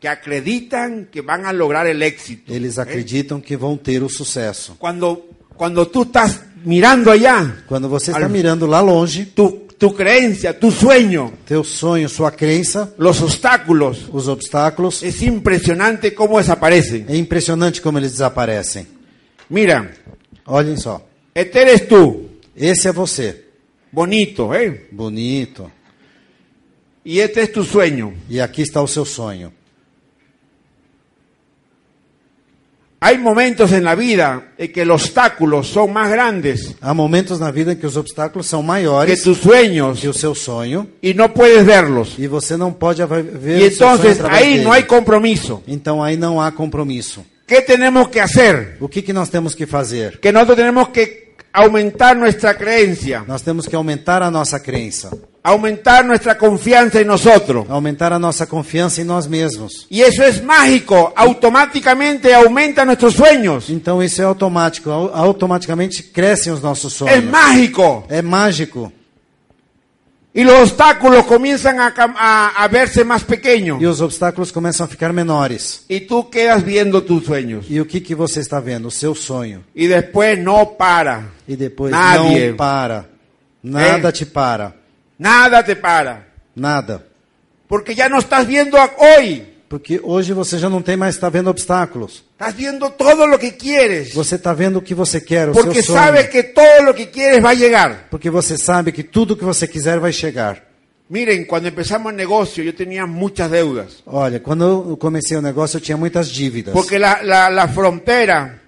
Speaker 3: Que acreditan que van a lograr el éxito.
Speaker 4: Eles
Speaker 3: ¿eh?
Speaker 4: acreditam que vão ter o sucesso.
Speaker 3: Cuando, cuando tú estás mirando allá,
Speaker 4: Quando você está
Speaker 3: Al-
Speaker 4: mirando lá longe,
Speaker 3: tu, tu creencia, tu sueño,
Speaker 4: teu sonho, sua crença,
Speaker 3: los obstáculos,
Speaker 4: os obstáculos,
Speaker 3: es impresionante cómo desaparecen.
Speaker 4: é impressionante como eles desaparecem.
Speaker 3: Mira,
Speaker 4: Olhem só.
Speaker 3: este eres tú,
Speaker 4: Esse é você,
Speaker 3: bonito, ¿eh?
Speaker 4: bonito.
Speaker 3: Y este es tu sueño.
Speaker 4: E aqui está o seu sonho.
Speaker 3: Hay momentos en la vida en que los obstáculos son más grandes
Speaker 4: Há momentos na vida em que os obstáculos são
Speaker 3: que
Speaker 4: maiores
Speaker 3: tus sueños
Speaker 4: que o seu sonho
Speaker 3: y no puedes verlos.
Speaker 4: e você não pode ava- ver
Speaker 3: Y
Speaker 4: o seu sonho
Speaker 3: entonces
Speaker 4: através
Speaker 3: ahí
Speaker 4: dele.
Speaker 3: no hay compromiso.
Speaker 4: Então aí não há compromisso.
Speaker 3: ¿Qué tenemos que hacer?
Speaker 4: O que, que nós temos que fazer?
Speaker 3: Que nosotros tenemos que aumentar nuestra creencia,
Speaker 4: Nós temos que aumentar a nossa crença,
Speaker 3: aumentar nuestra confianza en nosotros.
Speaker 4: aumentar a nossa confiança em nós mesmos.
Speaker 3: Y eso es mágico, automáticamente aumenta nuestros sueños.
Speaker 4: Então isso é automático, au- automaticamente crescem os nossos sonhos.
Speaker 3: Es mágico.
Speaker 4: É mágico.
Speaker 3: Y los obstáculos comienzan a, cam- a- a verse más pequeños.
Speaker 4: E os obstáculos começam a ficar menores.
Speaker 3: Y tú quedas viendo tus sueños.
Speaker 4: E o que, que você está vendo? O seu sonho.
Speaker 3: Y después no para.
Speaker 4: E depois
Speaker 3: Nadie.
Speaker 4: não para. Nada
Speaker 3: É.
Speaker 4: te para.
Speaker 3: Nada te para.
Speaker 4: Nada.
Speaker 3: Porque ya no estás viendo a- hoy.
Speaker 4: Porque hoje você já não tem mais está vendo obstáculos.
Speaker 3: Estás viendo todo lo que quieres.
Speaker 4: Você está vendo o que você quer, o
Speaker 3: Porque
Speaker 4: seu sonho.
Speaker 3: sabes que todo lo que quieres va a llegar.
Speaker 4: Porque você sabe que tudo que você quiser vai chegar.
Speaker 3: Miren, cuando empezamos el negocio yo tenía muchas deudas.
Speaker 4: Olha, quando eu comecei o negócio, eu tinha muitas dívidas.
Speaker 3: Porque la, la- la frontera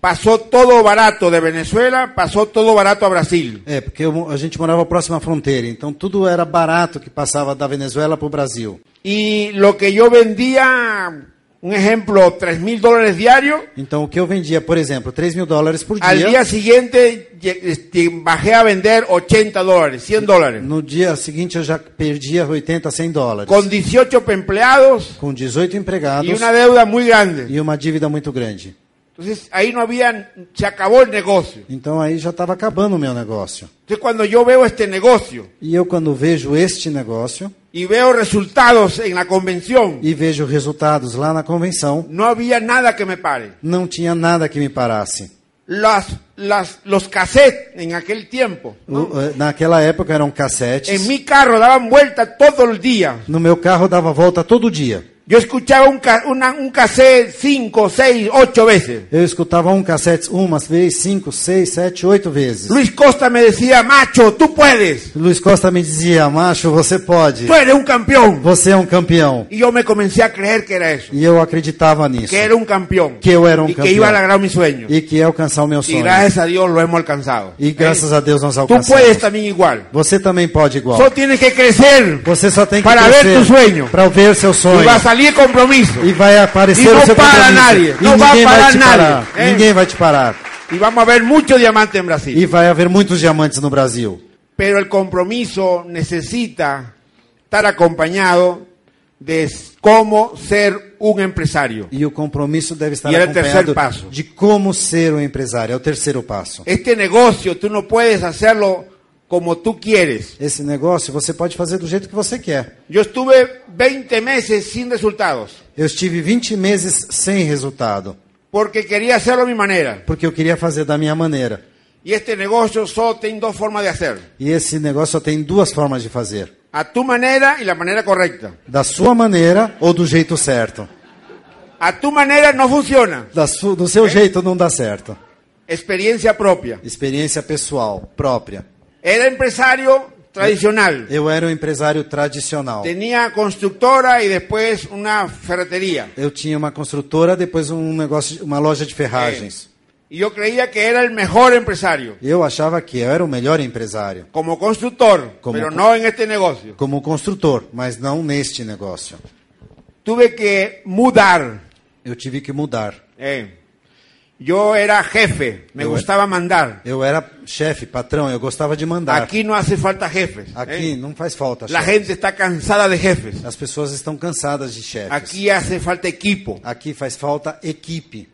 Speaker 3: pasó todo barato de Venezuela, pasó todo barato a Brasil.
Speaker 4: É, porque eu- a gente morava próximo à fronteira, então tudo era barato que passava da Venezuela para o Brasil.
Speaker 3: Y lo que yo vendía, un ejemplo, 3 mil dólares diarios,
Speaker 4: Então o que eu vendia, por exemplo, 3 mil dólares por
Speaker 3: al
Speaker 4: dia,
Speaker 3: día siguiente lle- este, bajé a vender 80 dólares, 100 dólares.
Speaker 4: no dia seguinte eu já perdia 80, 100 dólares.
Speaker 3: Con 18 empleados
Speaker 4: Com 18 empregados
Speaker 3: y una deuda muy grande.
Speaker 4: e uma dívida muito grande.
Speaker 3: Entonces ahí no había, se acabó el negocio.
Speaker 4: Então aí já estava acabando o meu negócio.
Speaker 3: Entonces cuando yo veo este negocio
Speaker 4: E eu quando vejo este negócio
Speaker 3: y veo resultados en la convención,
Speaker 4: e vejo resultados lá na convenção,
Speaker 3: no había nada que me pare.
Speaker 4: não tinha nada que me parasse.
Speaker 3: Las, las, los cassettes en aquel tiempo, ¿no?
Speaker 4: O- eh, Naquela época eram cassetes.
Speaker 3: en É mi carro daban vuelta todo el día.
Speaker 4: No meu carro dava volta todo dia.
Speaker 3: Yo escuchaba un, ca- una- un cassette cinco, seis, ocho veces.
Speaker 4: Eu escutava um cassete uma vez, cinco, seis, sete, oito vezes.
Speaker 3: Luis Costa me decía, macho, tú puedes,
Speaker 4: Luiz Costa me dizia, macho, você pode.
Speaker 3: tú eres un campeón.
Speaker 4: Você é um campeão.
Speaker 3: Y yo me comencé a creer que era eso,
Speaker 4: E eu acreditava nisso.
Speaker 3: que era un campeón.
Speaker 4: Que yo era un
Speaker 3: y que
Speaker 4: campeón.
Speaker 3: iba a lograr mi sueño.
Speaker 4: E que ia alcançar o meu
Speaker 3: Y
Speaker 4: sonho.
Speaker 3: gracias a Dios lo hemos alcanzado.
Speaker 4: E graças a Deus nós
Speaker 3: Tú puedes
Speaker 4: alcançamos.
Speaker 3: también igual.
Speaker 4: Você também pode igual.
Speaker 3: Solo tienes que crecer
Speaker 4: Você só tem que
Speaker 3: Para ver
Speaker 4: crescer
Speaker 3: tu sonho.
Speaker 4: Para ver seu sonho.
Speaker 3: y va a salir compromiso.
Speaker 4: E vai aparecer
Speaker 3: E não
Speaker 4: o seu
Speaker 3: para
Speaker 4: compromisso.
Speaker 3: nadie.
Speaker 4: E
Speaker 3: Não vai
Speaker 4: ninguém
Speaker 3: parar É
Speaker 4: vai te parar.
Speaker 3: nadie, hein?
Speaker 4: Ninguém vai te parar.
Speaker 3: Y vamos a ver muchos diamantes en Brasil.
Speaker 4: E vai haver muitos diamantes no Brasil.
Speaker 3: Pero el compromiso necesita estar acompañado de s- cómo ser un empresario.
Speaker 4: E o compromisso deve estar
Speaker 3: E era o terceiro
Speaker 4: acompanhado
Speaker 3: passo.
Speaker 4: de como ser um empresário. É o terceiro passo.
Speaker 3: Este negocio tú no puedes hacerlo como tú quieres.
Speaker 4: Esse negócio você pode fazer do jeito que você quer.
Speaker 3: Yo estuve 20 meses sin resultados
Speaker 4: Eu estive 20 meses sem resultado,
Speaker 3: porque quería hacerlo a mi manera.
Speaker 4: porque eu queria fazer da minha maneira.
Speaker 3: Y este negocio solo tiene dos formas de hacer.
Speaker 4: E esse negócio só tem duas formas de fazer:
Speaker 3: A tu manera y la manera correcta.
Speaker 4: da sua maneira ou do jeito certo.
Speaker 3: A tu manera no funciona.
Speaker 4: Da su- do
Speaker 3: É.
Speaker 4: seu jeito não dá certo.
Speaker 3: Experiencia propia.
Speaker 4: Experiência pessoal, própria.
Speaker 3: Era empresario tradicional.
Speaker 4: Eu era um empresário tradicional.
Speaker 3: Tenía constructora y después una ferretería.
Speaker 4: Eu tinha uma construtora, depois um negócio, uma loja de ferragens.
Speaker 3: Y yo creía que era el mejor empresario
Speaker 4: Eu achava que eu era o melhor empresário.
Speaker 3: como constructor,
Speaker 4: Como-
Speaker 3: pero no en este negocio.
Speaker 4: como construtor, mas não neste negócio.
Speaker 3: Tuve que mudar.
Speaker 4: Eu tive que mudar.
Speaker 3: eh. Yo era jefe, me
Speaker 4: Yo-
Speaker 3: gustaba mandar.
Speaker 4: Eu era chefe, patrão, eu gostava de mandar.
Speaker 3: Aquí no hace falta jefes.
Speaker 4: Aqui
Speaker 3: eh.
Speaker 4: não faz falta
Speaker 3: La
Speaker 4: chefe.
Speaker 3: gente está cansada de jefes.
Speaker 4: As pessoas estão cansadas de chefes.
Speaker 3: Aquí hace falta equipo.
Speaker 4: Aqui faz falta equipe.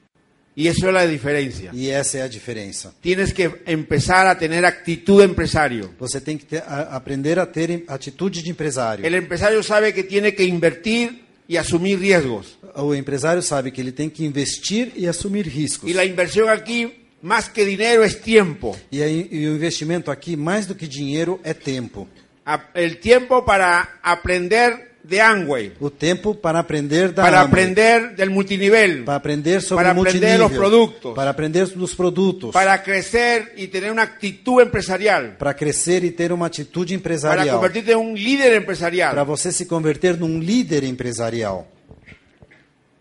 Speaker 3: Y eso es la diferencia.
Speaker 4: E essa é a diferença.
Speaker 3: Tienes que empezar a tener actitud de empresario.
Speaker 4: Você tem que ter- a- aprender a ter em- atitude de empresário.
Speaker 3: El empresario sabe que tiene que invertir y asumir riesgos.
Speaker 4: O empresário sabe que ele tem que investir e assumir riscos.
Speaker 3: Y la inversión aquí, más que dinero, es tiempo.
Speaker 4: E, aí, e o investimento aqui, mais do que dinheiro, é tempo.
Speaker 3: A- El tiempo para aprender de Angway,
Speaker 4: O tempo para aprender da
Speaker 3: para
Speaker 4: Amway.
Speaker 3: aprender del multinivel,
Speaker 4: para aprender sobre
Speaker 3: Para
Speaker 4: o multinível,
Speaker 3: aprender os produtos.
Speaker 4: para aprender dos produtos,
Speaker 3: para crecer y tener una actitud empresarial,
Speaker 4: para crescer e ter uma atitude
Speaker 3: para
Speaker 4: empresarial,
Speaker 3: convertirte en un líder
Speaker 4: para
Speaker 3: empresarial.
Speaker 4: você se converter num líder empresarial.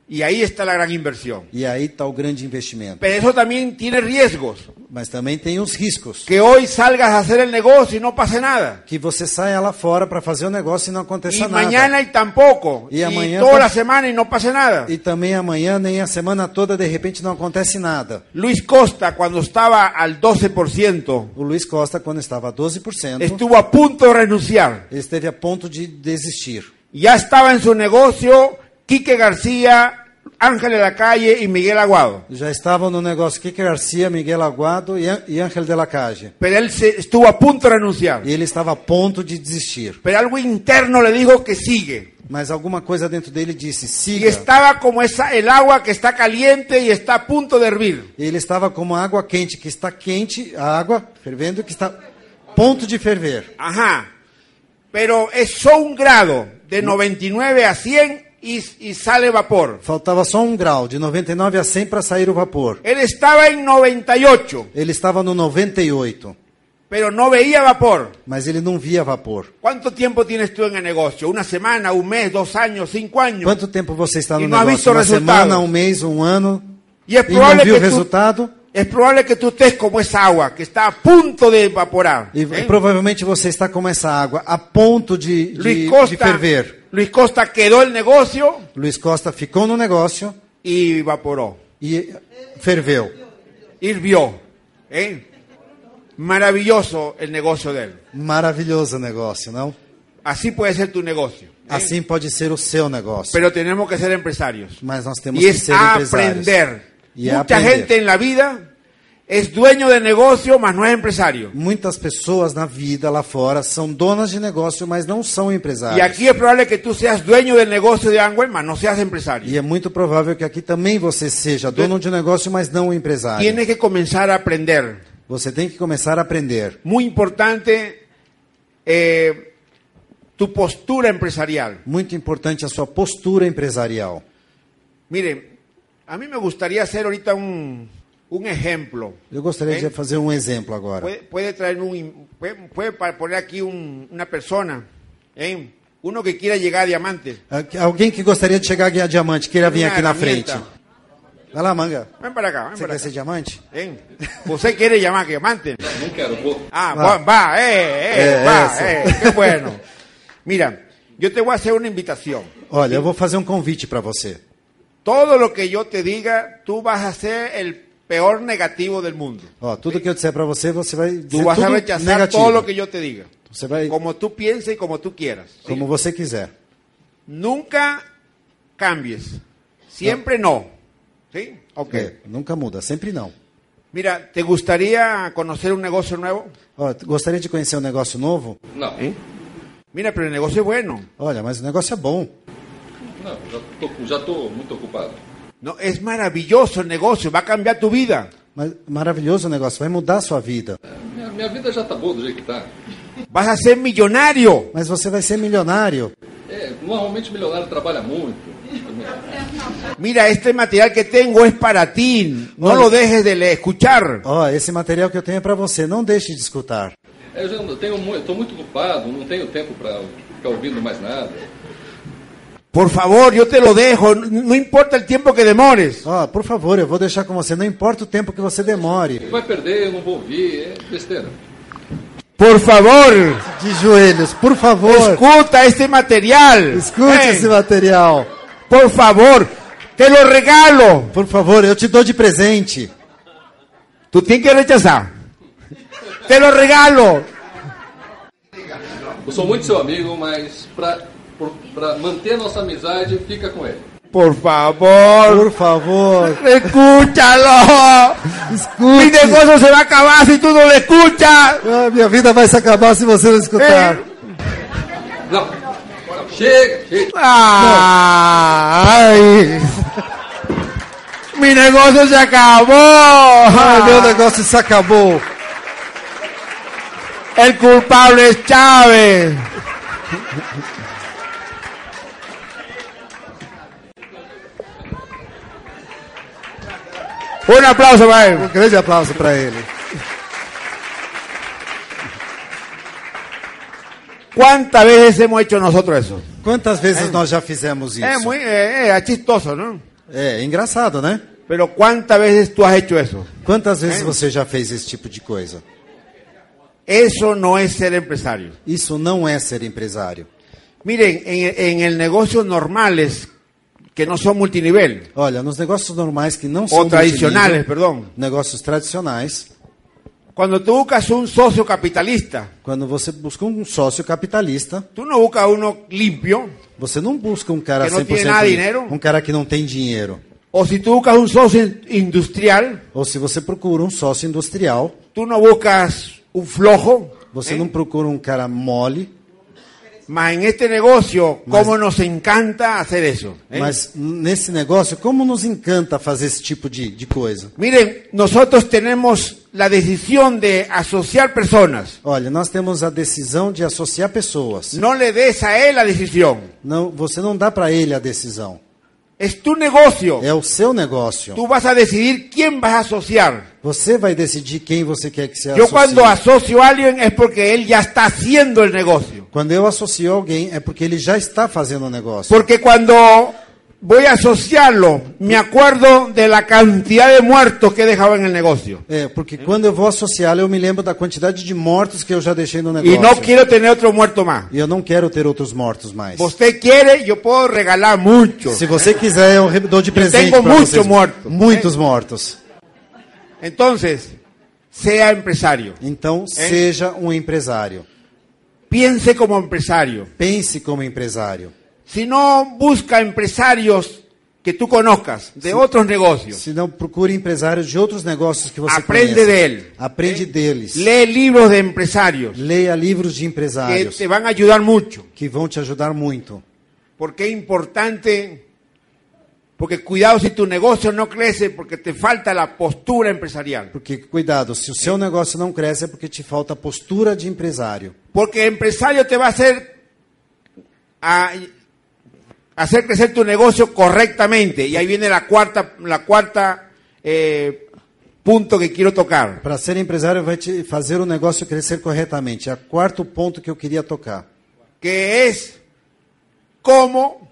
Speaker 3: Y ahí está la gran inversión.
Speaker 4: E aí está o grande investimento.
Speaker 3: Pero eso también tiene riesgos.
Speaker 4: Mas também tem os riscos,
Speaker 3: Que hoy salgas a hacer el negocio y no pase nada.
Speaker 4: que você saia lá fora para fazer o negócio e não
Speaker 3: Y
Speaker 4: aconteça nada.
Speaker 3: mañana y tampoco.
Speaker 4: Y
Speaker 3: Y,
Speaker 4: mañana
Speaker 3: toda
Speaker 4: tam-
Speaker 3: la semana y no pase nada.
Speaker 4: E também amanhã, nem a semana toda, de repente não acontece nada.
Speaker 3: Luis Costa, cuando estaba al 12%,
Speaker 4: O Luiz Costa, quando estava a 12%,
Speaker 3: estuvo a punto de renunciar.
Speaker 4: ele esteve a ponto de desistir.
Speaker 3: Ya estaba en su negocio Quique García, Ángel de la Calle y Miguel Aguado.
Speaker 4: Já estavam no negócio Kike Garcia, Miguel Aguado e An- e Ángel de la Cage.
Speaker 3: Pero él se- estuvo a punto de renunciar.
Speaker 4: E ele estava a ponto de desistir.
Speaker 3: Pero algo interno le dijo que sigue.
Speaker 4: Mas alguma coisa dentro dele disse:
Speaker 3: Y
Speaker 4: siga.
Speaker 3: estaba como esa, el agua que está caliente y está a punto de hervir.
Speaker 4: Ele estava como água quente, que está quente, a água fervendo, que está ponto de ferver.
Speaker 3: Ajá. Pero es solo un grado de 99 a 100 y, y sale vapor.
Speaker 4: Faltava só um grau, de 99 a 100 para sair o vapor.
Speaker 3: Él estaba en 98,
Speaker 4: Ele estava no 98.
Speaker 3: pero no veía vapor.
Speaker 4: mas ele não via vapor.
Speaker 3: ¿Cuánto tiempo tienes tú en el negocio? ¿Una semana, un mes, dos años, cinco años?
Speaker 4: Quanto tempo você está no
Speaker 3: E não há visto
Speaker 4: negócio? Uma
Speaker 3: resultado.
Speaker 4: semana, um mês, um ano?
Speaker 3: E é
Speaker 4: e não
Speaker 3: provável
Speaker 4: viu
Speaker 3: que
Speaker 4: o
Speaker 3: tu-
Speaker 4: resultado?
Speaker 3: Es probable que tú estés como esa agua que está a punto de evaporar.
Speaker 4: E
Speaker 3: ¿eh?
Speaker 4: provavelmente você está como essa água, a ponto de, de,
Speaker 3: Luis
Speaker 4: de
Speaker 3: Costa,
Speaker 4: ferver.
Speaker 3: Luis Costa quedó el negocio
Speaker 4: Luiz Costa ficou no negócio
Speaker 3: y evaporó.
Speaker 4: e ferveu.
Speaker 3: Hirvió. ¿eh? Maravilloso el negocio de él.
Speaker 4: Maravilhoso negócio, não?
Speaker 3: Así puede ser tu negocio. ¿eh?
Speaker 4: Assim pode ser o seu negócio.
Speaker 3: Pero tenemos que ser empresarios.
Speaker 4: Mas nós temos
Speaker 3: Y
Speaker 4: que
Speaker 3: es
Speaker 4: ser empresários.
Speaker 3: aprender.
Speaker 4: E
Speaker 3: Mucha
Speaker 4: aprender.
Speaker 3: gente en la vida es dueño de negocio, mas no es empresario.
Speaker 4: Muitas pessoas na vida lá fora são donas de negócio, mas não são empresários.
Speaker 3: Y aquí es probable que tú seas dueño del negocio de Angway, mas no seas
Speaker 4: E
Speaker 3: empresario.
Speaker 4: é muito provável que aqui também você seja dono de negócio, mas não um empresário.
Speaker 3: Tienes que comenzar a aprender.
Speaker 4: Você tem que começar a aprender.
Speaker 3: Muy importante eh, tu postura empresarial.
Speaker 4: Muito importante a sua postura empresarial.
Speaker 3: Miren, a mí me gustaría hacer ahorita un, un ejemplo.
Speaker 4: Eu gostaria de
Speaker 3: ¿eh?
Speaker 4: fazer um exemplo agora.
Speaker 3: Puede, puede traer un im- puede, puede pa- poner aquí un- una persona, ¿eh? uno que quiera llegar a diamante.
Speaker 4: Ah, Alguém que gostaria de chegar a ganhar diamante, queira vir
Speaker 3: Una
Speaker 4: aqui na frente.
Speaker 3: herramienta.
Speaker 4: Vai lá, manga.
Speaker 3: Ven para acá, ven
Speaker 4: Você
Speaker 3: para
Speaker 4: quer
Speaker 3: acá.
Speaker 4: ser diamante?
Speaker 3: Ven. José quiere llamar diamante.
Speaker 6: No quero, vou.
Speaker 3: Ah, va,
Speaker 4: Va.
Speaker 3: va, eh, eh,
Speaker 4: Eh,
Speaker 3: va,
Speaker 4: eso.
Speaker 3: eh, qué bueno. Mira, yo te voy a hacer una invitación.
Speaker 4: Olha, eu vou fazer um convite para você.
Speaker 3: Todo lo que yo te diga, tú vas a ser el peor negativo del mundo.
Speaker 4: Ó, tudo que eu disser para você, você vai dizer
Speaker 3: Tú vas a
Speaker 4: tudo
Speaker 3: rechazar
Speaker 4: negativo.
Speaker 3: todo lo que yo te diga.
Speaker 4: Você vai
Speaker 3: Como tú pienses y como tú quieras. ¿sí?
Speaker 4: como você quiser.
Speaker 3: Nunca cambies. Siempre no. ¿Sí? Ok.
Speaker 4: É, nunca muda, sempre não.
Speaker 3: Mira, ¿te gustaría conocer un negocio nuevo?
Speaker 4: Ó, tu gostaria de conhecer um negócio novo?
Speaker 6: Não,
Speaker 3: Mira, pero el negocio es bueno.
Speaker 4: Olha, mas o negócio é bom.
Speaker 6: não, já tô, já tô muito ocupado.
Speaker 3: No, es maravilloso el negocio, va a cambiar tu vida.
Speaker 4: Mas maravilhoso o negócio, vai mudar a sua vida.
Speaker 6: Minha, minha vida já tá boa do jeito que tá.
Speaker 3: Vas a ser millonario.
Speaker 4: Mas você vai ser milionário.
Speaker 6: É, normalmente milionário trabalha muito.
Speaker 3: Mira, este material que tengo es para ti. No lo dejes de le- escuchar.
Speaker 4: Ó, esse material que eu tenho é para você, não deixe de escutar.
Speaker 6: É, Eu já não tenho muito, tô muito ocupado, não tenho tempo para ficar ouvindo mais nada.
Speaker 3: Por favor, yo te lo dejo. No, no importa el tiempo que demores.
Speaker 4: Ó, por favor, eu vou deixar com você, não importa o tempo que você demore.
Speaker 6: Vai perder, eu não vou ouvir, é besteira.
Speaker 3: Por favor,
Speaker 4: De joelhos, por favor,
Speaker 3: escuta este material.
Speaker 4: escute
Speaker 3: Eh,
Speaker 4: esse material.
Speaker 3: Por favor, te lo regalo.
Speaker 4: Por favor, eu te dou de presente.
Speaker 3: Tú tienes que rechazar. Te lo regalo.
Speaker 6: Eu sou muito seu amigo, mas pra, por- pra manter a nossa amizade, fica com ele.
Speaker 3: Por favor,
Speaker 4: Por favor,
Speaker 3: escúchalo. Mi
Speaker 4: escute.
Speaker 3: negocio se va a acabar si tú no lo escuchas.
Speaker 4: Ah, minha vida vai se acabar se você não escutar.
Speaker 6: Não, chega, chega.
Speaker 3: Ay. Mi negocio se acabó.
Speaker 4: Ah, meu negócio se acabou.
Speaker 3: El culpable es Chávez. Un aplauso para él.
Speaker 4: Um grande aplauso para ele.
Speaker 3: ¿Cuántas veces hemos hecho nosotros eso?
Speaker 4: Quantas vezes nós já fizemos isso?
Speaker 3: Es muy eh, eh, chistoso, ¿no?
Speaker 4: É, engraçado, né?
Speaker 3: Pero ¿cuántas veces tú has hecho eso?
Speaker 4: Quantas vezes você já fez esse tipo de coisa?
Speaker 3: Eso no es ser empresario.
Speaker 4: Isso não é ser empresário.
Speaker 3: Miren, en, en el negocio normales, que no son multinivel,
Speaker 4: Olha, nos negócios normais que não são
Speaker 3: o tradicionales,
Speaker 4: multinível,
Speaker 3: perdón,
Speaker 4: negócios tradicionais,
Speaker 3: cuando tú buscas un socio capitalista,
Speaker 4: quando você busca um sócio capitalista,
Speaker 3: tú no buscas uno limpio,
Speaker 4: você não busca um cara
Speaker 3: Que não
Speaker 4: 100%
Speaker 3: tem nada,
Speaker 4: li-
Speaker 3: dinheiro?
Speaker 4: um cara que não tem dinheiro.
Speaker 3: o si tú buscas un socio in- industrial,
Speaker 4: Ou se você procura um sócio industrial,
Speaker 3: tú no buscas un flojo.
Speaker 4: você
Speaker 3: ¿eh?
Speaker 4: não procura um cara mole,
Speaker 3: Mas en este negocio, cómo nos encanta hacer eso. ¿eh?
Speaker 4: mas nesse negócio, como nos encanta fazer esse tipo de, de coisa?
Speaker 3: Miren, nosotros tenemos la decisión de asociar personas.
Speaker 4: Olha, nós temos a decisão de associar pessoas.
Speaker 3: No le des a él la decisión.
Speaker 4: Não, você não dá para ele a decisão.
Speaker 3: Es tu negocio.
Speaker 4: É o seu negócio.
Speaker 3: Tú vas a decidir quién vas a asociar.
Speaker 4: Você vai decidir quem você quer que se
Speaker 3: Yo cuando
Speaker 4: associe.
Speaker 3: asocio a alguien es porque él ya está haciendo el negocio.
Speaker 4: Quando eu associo alguém, é porque ele já está fazendo o negócio.
Speaker 3: Porque cuando voy a asociarlo, me acuerdo de la cantidad de muertos que dejaba en el negocio.
Speaker 4: É, porque quando eu vou associá-lo, eu me lembro da quantidade de mortos que eu já deixei no
Speaker 3: Y
Speaker 4: negócio.
Speaker 3: no quiero tener otro muerto más.
Speaker 4: E eu não quero ter outros mortos mais.
Speaker 3: Usted quiere, yo puedo regalar mucho.
Speaker 4: Se você quiser, eu re- dou de presente
Speaker 3: tenho
Speaker 4: pra
Speaker 3: muito
Speaker 4: vocês.
Speaker 3: morto.
Speaker 4: Muitos mortos.
Speaker 3: Entonces, sea empresario.
Speaker 4: Então, seja um empresário.
Speaker 3: Piense como empresario.
Speaker 4: Pense como empresário.
Speaker 3: Si no, busca empresarios que tú conozcas, de otros negocios.
Speaker 4: Se não, procure empresários de outros negócios que você
Speaker 3: Aprende
Speaker 4: conhece.
Speaker 3: dele.
Speaker 4: Aprende deles.
Speaker 3: Lee libros de empresarios
Speaker 4: Leia livros de
Speaker 3: que
Speaker 4: empresários
Speaker 3: te van a ayudar mucho.
Speaker 4: que vão te ajudar muito.
Speaker 3: Porque es importante, porque cuidado si tu negocio no crece porque te falta la postura empresarial.
Speaker 4: Porque, cuidado, se o seu negócio não cresce é porque te falta postura de empresário.
Speaker 3: Porque empresario te va a hacer a- hacer crecer tu negocio correctamente. Y ahí viene la cuarta, la cuarta eh, punto que quiero tocar.
Speaker 4: Para ser empresário vai te fazer o negócio crescer corretamente. É o quarto ponto que eu queria tocar.
Speaker 3: que es cómo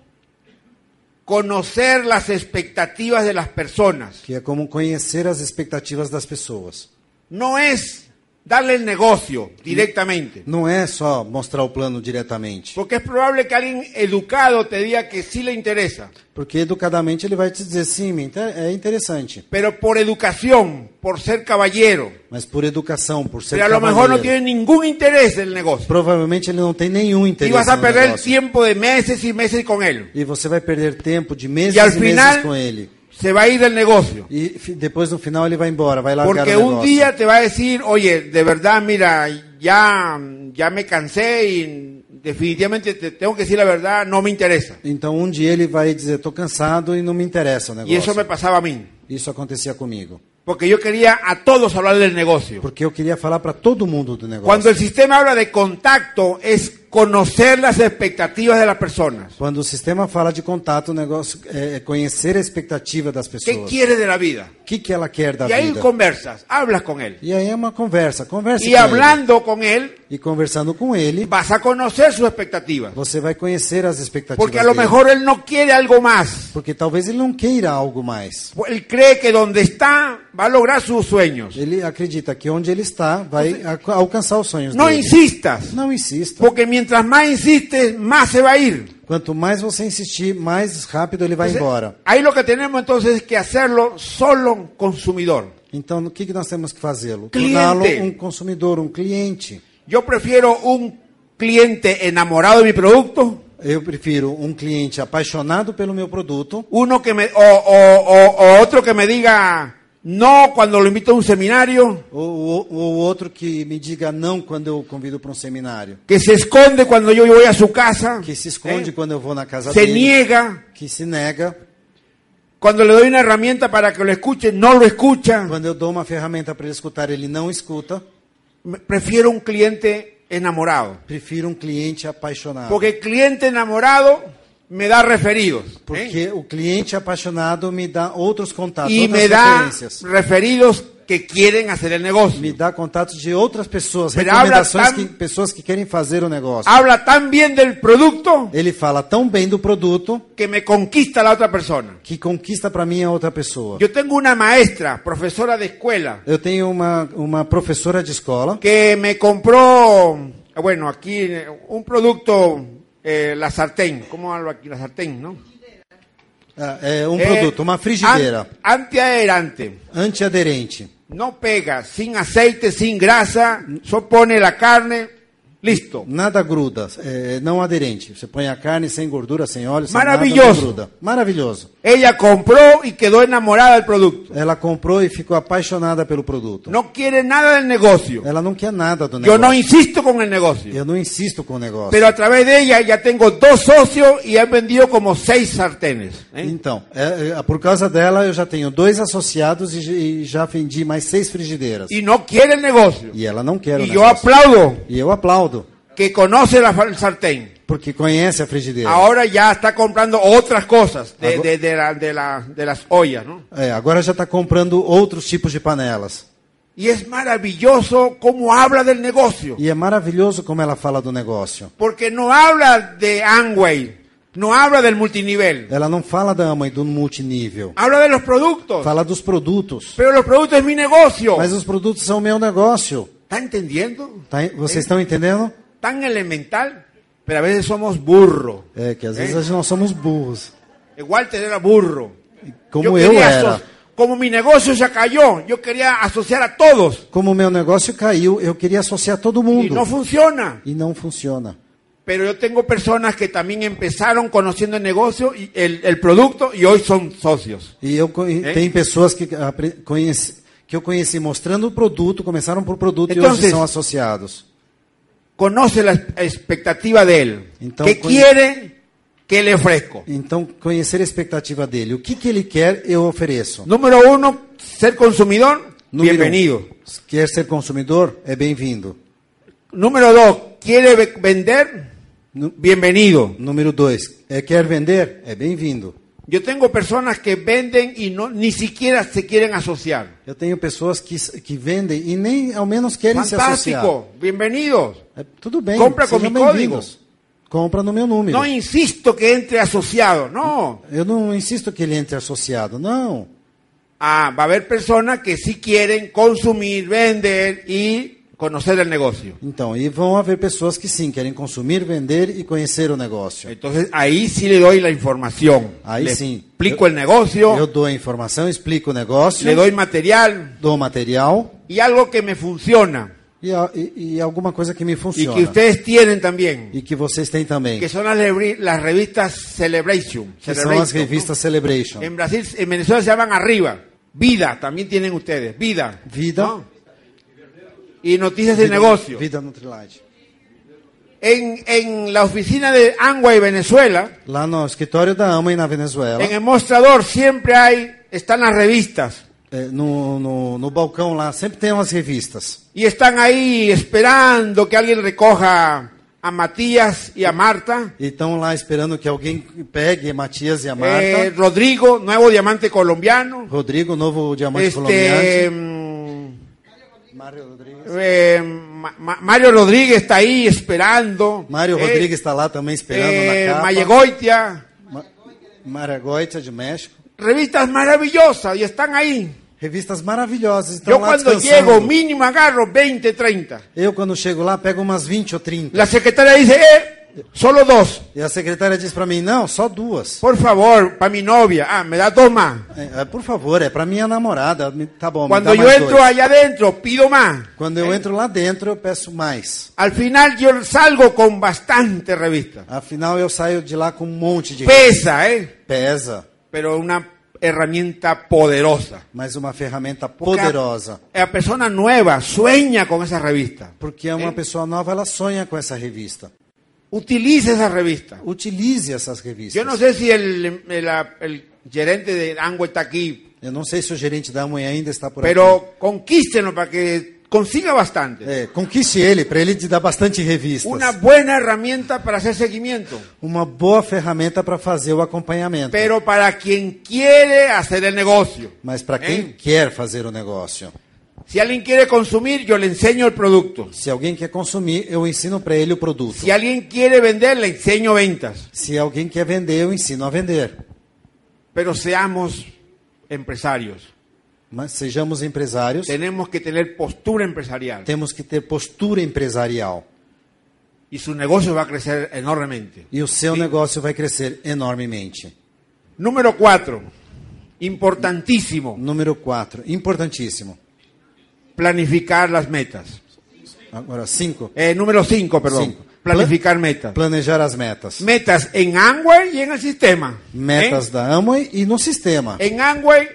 Speaker 3: conocer las expectativas de las personas.
Speaker 4: Que é como conhecer as expectativas das pessoas.
Speaker 3: No es darle el negocio directamente,
Speaker 4: Não é só mostrar o plano diretamente.
Speaker 3: porque es probable que alguien educado te diga que sí le interesa,
Speaker 4: Porque educadamente ele vai te dizer, sim, me inter- é interessante.
Speaker 3: pero por educación, por ser caballero,
Speaker 4: Mas por educação, por ser
Speaker 3: pero a lo mejor no
Speaker 4: cavalheiro,
Speaker 3: tiene ningún interés en el negocio.
Speaker 4: provavelmente ele não tem nenhum
Speaker 3: Y
Speaker 4: interesse
Speaker 3: vas a
Speaker 4: no
Speaker 3: perder
Speaker 4: negócio.
Speaker 3: tiempo de meses y meses con él.
Speaker 4: E você vai perder tempo de meses
Speaker 3: Y al
Speaker 4: e meses
Speaker 3: final
Speaker 4: com ele.
Speaker 3: se va a ir del negocio.
Speaker 4: E fi- depois no final ele vai embora, vai largar
Speaker 3: Porque
Speaker 4: o negócio.
Speaker 3: un día te va a decir, oye, de verdad, mira, ya, ya me cansé y definitivamente te tengo que decir la verdad, no me interesa.
Speaker 4: Então um dia ele vai dizer, tô cansado e não me interessa o
Speaker 3: Y
Speaker 4: negócio.
Speaker 3: eso me pasaba a mí.
Speaker 4: Isso acontecia comigo.
Speaker 3: Porque yo quería a todos hablar del negocio.
Speaker 4: Porque eu queria falar para todo mundo do negócio.
Speaker 3: Cuando el sistema habla de contacto, es conocer las expectativas de las personas.
Speaker 4: Quando o sistema fala de contato, o negócio é é conhecer a expectativa das
Speaker 3: ¿Qué
Speaker 4: pessoas.
Speaker 3: quiere de la vida?
Speaker 4: O que, que ela quer da
Speaker 3: Y ahí
Speaker 4: vida?
Speaker 3: conversas, hablas con él.
Speaker 4: E aí é uma conversa, conversa
Speaker 3: Y
Speaker 4: com ele.
Speaker 3: hablando con él,
Speaker 4: E conversando com ele,
Speaker 3: vas a conocer sus expectativas.
Speaker 4: você vai conhecer as expectativas
Speaker 3: Porque a lo
Speaker 4: dele.
Speaker 3: mejor él no quiere algo más.
Speaker 4: Porque talvez ele não queira algo mais.
Speaker 3: Él cree que donde está va a lograr sus sueños.
Speaker 4: Ele acredita que onde ele está vai a- alcançar os sonhos
Speaker 3: No
Speaker 4: dele.
Speaker 3: insistas,
Speaker 4: Não insista.
Speaker 3: porque mientras más insistes, más se va a ir.
Speaker 4: Quanto mais você insistir, mais rápido ele vai
Speaker 3: Entonces,
Speaker 4: embora.
Speaker 3: Ahí lo que tenemos entonces es que hacerlo solo consumidor.
Speaker 4: Então, o que, que nós temos que fazê-lo?
Speaker 3: Cliente.
Speaker 4: Torná-lo um consumidor, um cliente.
Speaker 3: Yo prefiero un cliente enamorado de mi producto,
Speaker 4: Eu prefiro um cliente apaixonado pelo meu produto
Speaker 3: uno que me o, o- o- o otro que me diga no cuando lo invito a un seminario,
Speaker 4: ou, ou, ou outro que me diga não quando eu convido para um seminário.
Speaker 3: que se esconde cuando yo voy a su casa,
Speaker 4: Que se esconde
Speaker 3: ¿eh?
Speaker 4: quando eu vou na casa
Speaker 3: se
Speaker 4: dele.
Speaker 3: niega,
Speaker 4: Que se nega.
Speaker 3: cuando le doy una herramienta para que lo escuche, no lo escucha.
Speaker 4: Quando eu dou uma ferramenta para ele escutar, ele não escuta.
Speaker 3: Me- prefiero un cliente enamorado.
Speaker 4: Prefiro um cliente apaixonado.
Speaker 3: Porque el cliente enamorado me da referidos. ¿eh?
Speaker 4: Porque o cliente apaixonado me dá outros contatos,
Speaker 3: Y
Speaker 4: outras
Speaker 3: me da
Speaker 4: referências.
Speaker 3: referidos que quieren hacer el
Speaker 4: Me
Speaker 3: negocio.
Speaker 4: dá contatos de outras pessoas,
Speaker 3: Ele
Speaker 4: recomendações,
Speaker 3: habla
Speaker 4: que,
Speaker 3: tão-
Speaker 4: pessoas que querem fazer o negócio.
Speaker 3: Habla tan bien del producto
Speaker 4: Ele fala tão bem do produto
Speaker 3: que me conquista la otra persona.
Speaker 4: que conquista para mim a outra pessoa.
Speaker 3: Yo tengo una maestra, profesora de escuela,
Speaker 4: Eu tenho uma, uma professora de escola
Speaker 3: que me compró, bueno, aquí eh, un producto, eh, la sartén. ¿Cómo hablo aquí? La sartén, ¿no?
Speaker 4: ah, é um
Speaker 3: Eh,
Speaker 4: produto, uma frigideira
Speaker 3: an- antiaderante.
Speaker 4: antiaderente.
Speaker 3: No pega, sin aceite, sin grasa, solo pone la carne, listo.
Speaker 4: Nada gruda, é, não aderente. Você põe a carne sem gordura, sem óleo, sem nada,
Speaker 3: Maravilhoso.
Speaker 4: não gruda. Maravilhoso.
Speaker 3: Ella compró y quedó enamorada del producto.
Speaker 4: Ela comprou e ficou apaixonada pelo produto.
Speaker 3: No quiere nada del negocio.
Speaker 4: Ela não quer nada do
Speaker 3: Yo
Speaker 4: negócio.
Speaker 3: no insisto con el negocio.
Speaker 4: Eu não insisto com o negócio.
Speaker 3: Pero a través de ella ya tengo dos socios y han vendido como seis sartenes. ¿eh?
Speaker 4: Então, é, é, por causa dela, eu já tenho dois associados e, j- e já vendi mais seis frigideiras.
Speaker 3: Y no quiere el negocio.
Speaker 4: E ela não quer o
Speaker 3: Y yo
Speaker 4: negócio.
Speaker 3: aplaudo
Speaker 4: E eu aplaudo,
Speaker 3: que conoce la fal- sartén.
Speaker 4: porque conhece a frigideira.
Speaker 3: Ahora ya está comprando otras cosas de, de- de la- de la- de las ollas, ¿no?
Speaker 4: É, agora já está comprando outros tipos de panelas.
Speaker 3: Y es maravilloso cómo habla del negocio.
Speaker 4: E é maravilhoso como ela fala do negócio.
Speaker 3: Porque no habla de Amway, no habla del multinivel,
Speaker 4: Ela não fala da mãe do multinível.
Speaker 3: habla de los productos.
Speaker 4: Fala dos produtos.
Speaker 3: Pero los productos es mi negocio.
Speaker 4: Mas os produtos são meu negócio.
Speaker 3: ¿Está entendiendo?
Speaker 4: Tá, vocês estão entendendo?
Speaker 3: Tan elemental, pero a veces somos burro.
Speaker 4: É que às vezes a gente- nós somos burros.
Speaker 3: Igual te era burro.
Speaker 4: Como eu
Speaker 3: aso-
Speaker 4: era.
Speaker 3: Como mi negocio ya cayó, yo quería asociar a todos.
Speaker 4: Como meu negócio caiu, eu queria associar todo
Speaker 3: Y
Speaker 4: mundo.
Speaker 3: no funciona.
Speaker 4: E não funciona.
Speaker 3: Pero yo tengo personas que también empezaron conociendo el negocio, y el, el producto, y hoy son socios.
Speaker 4: E eu co- tem pessoas que, apre- conheci, que eu conheci mostrando o produto, começaram por produto e hoje
Speaker 3: Entonces-
Speaker 4: são associados.
Speaker 3: Conoce la expectativa de él.
Speaker 4: Entonces,
Speaker 3: ¿Qué
Speaker 4: con-
Speaker 3: quiere? ¿Qué le ofrezco?
Speaker 4: Então, conhecer a expectativa dele. O que, que ele quer, eu ofereço.
Speaker 3: Número uno, ser consumidor,
Speaker 4: Número um,
Speaker 3: bienvenido.
Speaker 4: quer ser consumidor? É bem-vindo.
Speaker 3: Número dos, quiere ve- vender,
Speaker 4: Nu-
Speaker 3: bienvenido.
Speaker 4: Número dois, é, quer vender? É bem-vindo.
Speaker 3: Yo tengo personas que venden y no ni siquiera se quieren asociar.
Speaker 4: Eu tenho pessoas que, s- que vendem e nem ao menos querem se associar.
Speaker 3: Fantástico, bienvenidos.
Speaker 4: É, tudo bem,
Speaker 3: Compra com
Speaker 4: sejam
Speaker 3: meu código.
Speaker 4: bem-vindos. Compra no meu número.
Speaker 3: No insisto que entre associado, no.
Speaker 4: Eu não insisto que ele entre associado, não.
Speaker 3: Ah, va a haber personas que sí quieren consumir, vender y conocer el negocio.
Speaker 4: Então, e vão haver pessoas que sim, querem consumir, vender e conhecer o negócio.
Speaker 3: Entonces ahí sí le doy la información.
Speaker 4: Ahí
Speaker 3: le
Speaker 4: sí.
Speaker 3: explico el
Speaker 4: Eu
Speaker 3: negocio,
Speaker 4: dou a informação, explico o negócio,
Speaker 3: le doy material
Speaker 4: dou material
Speaker 3: y algo que me funciona
Speaker 4: e, a- e- e alguma coisa que me funciona.
Speaker 3: y que ustedes tienen también,
Speaker 4: E que vocês têm também.
Speaker 3: que son las, lebri- las revistas Celebration.
Speaker 4: que são as
Speaker 3: Celebration, ¿no?
Speaker 4: revistas Celebration.
Speaker 3: En Brasil, en Venezuela se llaman Arriba. Vida, también tienen ustedes. Vida.
Speaker 4: Vida.
Speaker 3: ¿no? Y noticias de negocio.
Speaker 4: Vida Nutrilite.
Speaker 3: En, en la oficina de Angua y Venezuela,
Speaker 4: Lá no escritório da AMA e na Venezuela,
Speaker 3: en el mostrador siempre hay, están las revistas.
Speaker 4: é, no, no, no balcão lá, sempre tem umas revistas.
Speaker 3: Y están ahí esperando que alguien recoja a Matías y a Marta.
Speaker 4: E estão lá esperando que alguém pegue Matias e a Marta.
Speaker 3: Eh, Rodrigo, nuevo diamante colombiano.
Speaker 4: Rodrigo, novo diamante
Speaker 3: Este,
Speaker 4: colombiano.
Speaker 3: mm,
Speaker 4: Mário Rodrigues.
Speaker 3: eh, Ma- Ma- Mario Rodríguez está ahí esperando.
Speaker 4: Mário
Speaker 3: Eh,
Speaker 4: Rodrigues está lá também esperando
Speaker 3: eh,
Speaker 4: na capa.
Speaker 3: Mayegoitia,
Speaker 4: Ma- Maragoita, de México.
Speaker 3: revistas maravillosas y están ahí.
Speaker 4: Revistas maravilhosas. Estão
Speaker 3: Yo
Speaker 4: lá
Speaker 3: cuando
Speaker 4: descansando.
Speaker 3: llego mínimo agarro 20, 30.
Speaker 4: Eu, quando chego lá, pego umas 20 ou 30.
Speaker 3: La secretaria dice, eh, solo dos.
Speaker 4: E a secretária diz pra mim, não, só duas.
Speaker 3: Por favor, para mi novia. Ah, me da dos más.
Speaker 4: É, é, por favor, é pra minha namorada. Me- Tá bom, me
Speaker 3: Cuando
Speaker 4: dá
Speaker 3: yo
Speaker 4: mais
Speaker 3: entro É.
Speaker 4: dois.
Speaker 3: allá adentro, pido más.
Speaker 4: Quando eu entro lá dentro, eu peço mais.
Speaker 3: Al final yo salgo con bastante revistas.
Speaker 4: Afinal, eu saio de lá com um monte de...
Speaker 3: Pesa, ¿eh?
Speaker 4: Pesa.
Speaker 3: Pero una herramienta poderosa.
Speaker 4: Mas uma ferramenta
Speaker 3: Porque
Speaker 4: poderosa.
Speaker 3: La la persona nueva sueña con essa revista.
Speaker 4: Porque é uma pessoa nova, ela sonha com essa revista.
Speaker 3: Utiliza esa revista.
Speaker 4: Utilize essas revistas.
Speaker 3: Yo no sé si el, el- la- el gerente de Angua está aquí,
Speaker 4: Eu não sei se o gerente da mãe ainda está por aqui.
Speaker 3: pero conquístenlo para que consiga bastante.
Speaker 4: É, conquiste ele, para ele te dar bastante revistas.
Speaker 3: Una buena herramienta para hacer seguimiento,
Speaker 4: Uma boa ferramenta para fazer o acompanhamento.
Speaker 3: pero para quien quiere hacer el negocio.
Speaker 4: Mas para quem
Speaker 3: Hein?
Speaker 4: quer fazer o negócio.
Speaker 3: Si alguien quiere consumir, yo le enseño el producto.
Speaker 4: Se alguém quer consumir, eu ensino para ele o produto.
Speaker 3: Si alguien quiere vender, le enseño ventas.
Speaker 4: Se alguém quer vender, eu ensino a vender.
Speaker 3: Pero seamos empresarios.
Speaker 4: Mas sejamos empresários,
Speaker 3: Tenemos que tener postura empresarial
Speaker 4: temos que ter postura empresarial.
Speaker 3: y su negocio va a crecer enormemente.
Speaker 4: E o seu negócio vai crescer enormemente.
Speaker 3: Número cuatro, importantísimo.
Speaker 4: Número 4, importantíssimo.
Speaker 3: planificar las metas.
Speaker 4: Agora, 5.
Speaker 3: Eh, número 5, perdón.
Speaker 4: Cinco.
Speaker 3: Planificar metas.
Speaker 4: Planejar as metas.
Speaker 3: metas en Angway y en el sistema.
Speaker 4: Metas
Speaker 3: ¿Eh?
Speaker 4: da Amway e no sistema.
Speaker 3: En Angway,